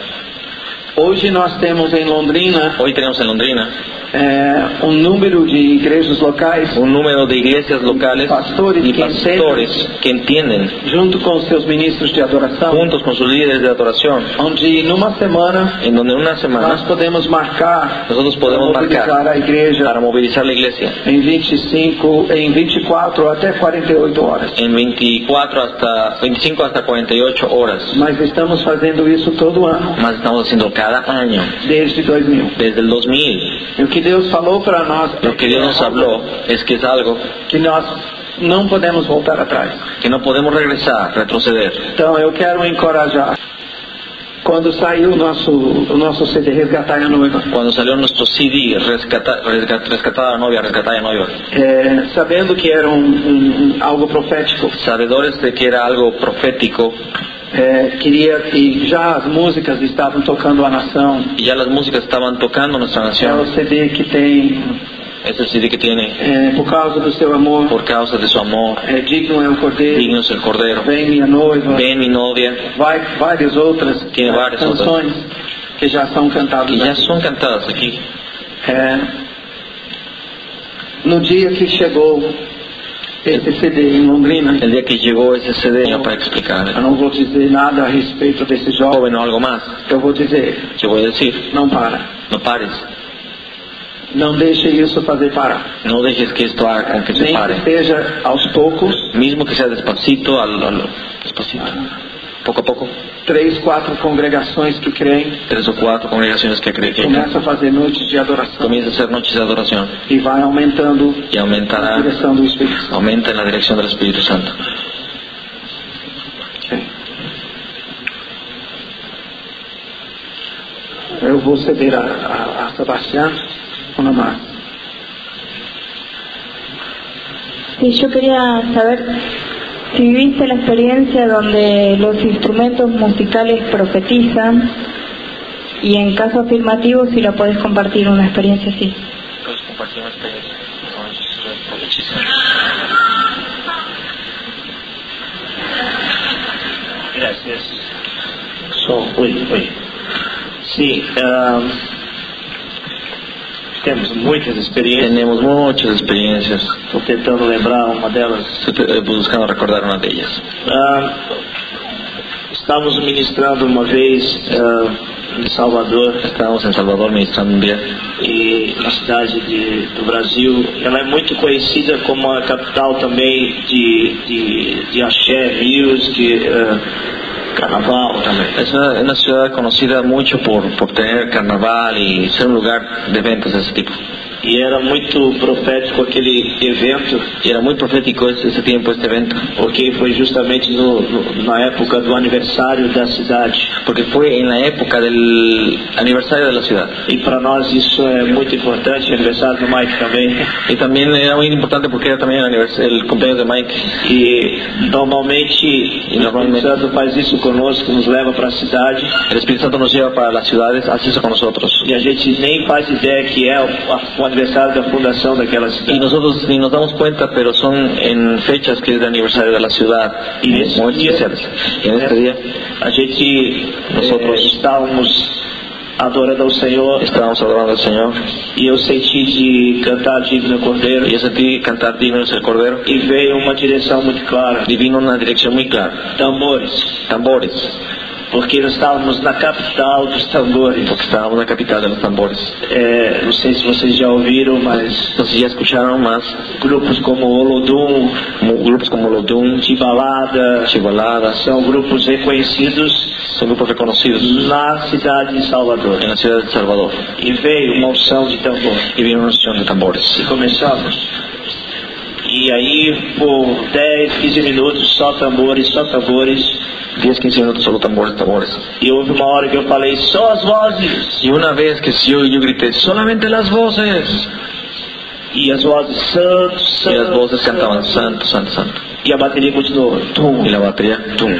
Speaker 1: Hoje nós temos em Londrina
Speaker 2: Hoy tenemos en Londrina
Speaker 1: é, um número de igrejas locais,
Speaker 2: un número de iglesias locales
Speaker 1: Pastores
Speaker 2: y
Speaker 1: que
Speaker 2: pastores que entienden,
Speaker 1: junto com os seus ministros de adoração,
Speaker 2: juntos con sus líderes de adoración,
Speaker 1: onde numa semana
Speaker 2: en donde en una
Speaker 1: nós
Speaker 2: semana
Speaker 1: podemos marcar,
Speaker 2: nosotros podemos
Speaker 1: para mobilizar
Speaker 2: marcar
Speaker 1: a igreja
Speaker 2: para movilizar la iglesia
Speaker 1: em 25, em 24 até 48 horas.
Speaker 2: en 24 hasta 25 hasta 48 horas.
Speaker 1: Mas estamos fazendo isso todo ano.
Speaker 2: Más estamos haciendo cada año
Speaker 1: desde 2000.
Speaker 2: desde el 2000.
Speaker 1: E o que Deus falou para nós
Speaker 2: Lo que Dios nos habló es que es algo
Speaker 1: que nós não podemos voltar atrás.
Speaker 2: que no podemos regresar, retroceder.
Speaker 1: Então eu quero encorajar. Quando saiu o nosso, o nosso CD Resgatar a Noiva,
Speaker 2: Cuando salió nuestro CD, rescata, resga- Rescatada la novia, rescatada la novia,
Speaker 1: é, sabendo que era um, um- um- algo profético,
Speaker 2: sabedores de que era algo profético,
Speaker 1: é, queria que já as músicas estavam tocando a nação.
Speaker 2: y ya las músicas estaban tocando nuestra
Speaker 1: É o
Speaker 2: nación,
Speaker 1: CD que tem
Speaker 2: es el CD que tiene,
Speaker 1: é, Por causa do seu amor,
Speaker 2: por causa de su amor,
Speaker 1: é, Digno é o Cordeiro,
Speaker 2: digno es el Cordero,
Speaker 1: Vem Minha Noiva,
Speaker 2: ven mi novia,
Speaker 1: vai, várias outras
Speaker 2: Tem várias outras.
Speaker 1: canções que já são cantadas.
Speaker 2: que
Speaker 1: aqui.
Speaker 2: ya son cantadas aquí.
Speaker 1: É, no dia que chegou esse CD em Londrina,
Speaker 2: El día que llegó ese CD, ya para
Speaker 1: eu
Speaker 2: explicar,
Speaker 1: não vou dizer nada a respeito desse jovem,
Speaker 2: joven o algo más,
Speaker 1: eu vou dizer,
Speaker 2: yo voy a decir,
Speaker 1: não para,
Speaker 2: no pares,
Speaker 1: não deixe isso fazer parar.
Speaker 2: no dejes que esto haga con que se
Speaker 1: Nem que
Speaker 2: pare,
Speaker 1: seja aos poucos,
Speaker 2: mismo que sea despacito, al, al- despacito, poco a poco,
Speaker 1: três, quatro congregações que creem,
Speaker 2: tres o cuatro congregaciones que creen que...
Speaker 1: começam a fazer noites de adoração
Speaker 2: comienza a hacer noches de adoración
Speaker 1: e vai aumentando
Speaker 2: y
Speaker 1: a
Speaker 2: aumentará,
Speaker 1: direção do Espírito Santo.
Speaker 2: aumenta en la dirección del Espíritu Santo.
Speaker 1: Eu vou ceder a, a, a Sebastião Conamar.
Speaker 3: Sí, yo quería saber si viviste la experiencia donde los instrumentos musicales profetizan y en caso afirmativo si la podés compartir una experiencia así.
Speaker 11: Todos compartimos experiencia. Gracias.
Speaker 1: Som, oi, oi.
Speaker 11: Sim, ahn, temos muitas experiências.
Speaker 2: Tenemos muchas experiencias,
Speaker 11: Estou tentando lembrar uma delas.
Speaker 2: estoy eh, buscando recordar una de ellas.
Speaker 11: Ah, estávamos ministrando uma vez ah,
Speaker 1: de Salvador
Speaker 2: Estamos en Salvador ministrando um dia.
Speaker 1: e na cidade de- do Brasil. Ela é muito conhecida como a capital também de, de, de axé, rios, de eh, carnaval tá? também.
Speaker 2: Es una, una ciudad conocida mucho por, por tener carnaval y ser un lugar de eventos de ese tipo.
Speaker 1: E era muito profético aquele evento,
Speaker 2: Y era muy profético ese, ese tiempo, este evento,
Speaker 1: porque foi justamente no- no- na época do aniversário da cidade.
Speaker 2: porque fue en la época del aniversario de la ciudad.
Speaker 1: E para nós isso é muito importante, aniversário do Mike também. [LAUGHS]
Speaker 2: Y también era muy importante porque era también el, anivers- el cumpleaños de Mike.
Speaker 1: E normalmente, e normalmente o Espírito Santo faz isso conosco, nos leva para a cidade
Speaker 2: El Espíritu Santo nos lleva para las ciudades, hace eso con nosotros.
Speaker 1: e a gente nem faz ideia que é o, a- o aniversário da fundação daquela
Speaker 2: Y
Speaker 1: cidade.
Speaker 2: nosotros ni nos damos cuenta, pero son en fechas que es de aniversario de la ciudad,
Speaker 1: Y en ese
Speaker 2: momentos
Speaker 1: día-
Speaker 2: especiales. Y en este día
Speaker 1: A gente, nós
Speaker 2: Nosotros-
Speaker 1: estávamos adorando ao Senhor
Speaker 2: estábamos adorando al Señor
Speaker 1: e eu senti de cantar Divino Cordeiro
Speaker 2: y yo sentí cantar Divinos el Cordero
Speaker 1: e veio uma direção muito clara,
Speaker 2: y vino una dirección muy clara,
Speaker 1: tambores,
Speaker 2: tambores,
Speaker 1: porque nós estávamos na capital dos tambores.
Speaker 2: porque estábamos en la capital de los tambores.
Speaker 1: É, não sei se vocês já ouviram, mas
Speaker 2: Entonces ya escucharon más
Speaker 1: grupos como Olodum,
Speaker 2: mu- grupos como los Doom,
Speaker 1: de balada,
Speaker 2: Chivaladas,
Speaker 1: são grupos reconhecidos
Speaker 2: son grupos reconocidos
Speaker 1: na cidade de Salvador.
Speaker 2: en la ciudad de El Salvador
Speaker 1: E veio uma unção de tambor.
Speaker 2: y vino una sesión de tambores.
Speaker 1: E começamos. E aí, por 10, 15 minutos, só tambores, só tambores.
Speaker 2: 10, 15 minutos solo tambores, tambores.
Speaker 1: E houve uma hora que eu falei, só as vozes.
Speaker 2: Y una vez que yo, yo grité, solamente las voces.
Speaker 1: E as vozes, santo,
Speaker 2: Y
Speaker 1: santo.
Speaker 2: las voces cantaban, santo, santo, santo.
Speaker 1: E a bateria continuou. Tum.
Speaker 2: Y la batería, tum.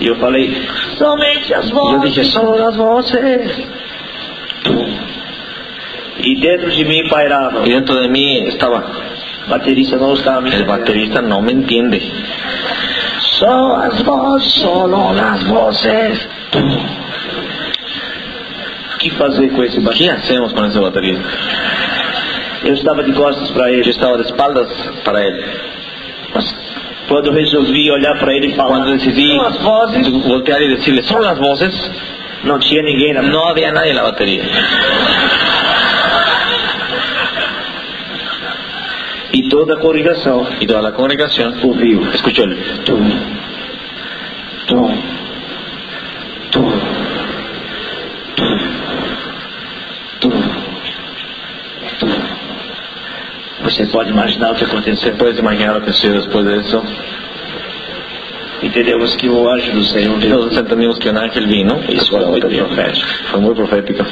Speaker 1: E eu falei, somente as
Speaker 2: Y yo
Speaker 1: vozes.
Speaker 2: dije, solo las voces.
Speaker 1: E dentro de mim pairava.
Speaker 2: Y dentro de mí estaba,
Speaker 1: O baterista não estava me
Speaker 2: el
Speaker 1: entendendo.
Speaker 2: baterista no me entiende.
Speaker 1: Só as vozes, só as vozes. O que fazer com esse
Speaker 2: ¿Qué
Speaker 1: baixinho?
Speaker 2: hacemos con ese baterista?
Speaker 1: Eu estava de costas para
Speaker 2: Yo
Speaker 1: ele.
Speaker 2: estaba de espaldas para él. Mas
Speaker 1: Quando eu resolvi olhar para ele e falar,
Speaker 2: cuando decidí
Speaker 1: "Só as vozes,
Speaker 2: voltear y decirle, son las voces,
Speaker 1: não tinha ninguém na
Speaker 2: no había nadie en la batería.
Speaker 1: E toda a né? congregação
Speaker 2: Y toda la congregación
Speaker 1: ouviu.
Speaker 2: escuchó el
Speaker 1: Tum, tum, tum, tum, tum, tum. Você pode imaginar o que aconteceu?
Speaker 2: Después de mañana pensé después de eso.
Speaker 1: Entendemos que o anjo do Senhor veio.
Speaker 2: Nosotros entendimos que un ángel vino y
Speaker 1: Isso
Speaker 2: tocó
Speaker 1: foi
Speaker 2: la
Speaker 1: muito
Speaker 2: batería.
Speaker 1: profético.
Speaker 2: Fue muy profético.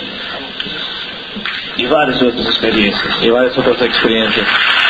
Speaker 1: E várias outras experiências.
Speaker 2: Y varias otras experiencias.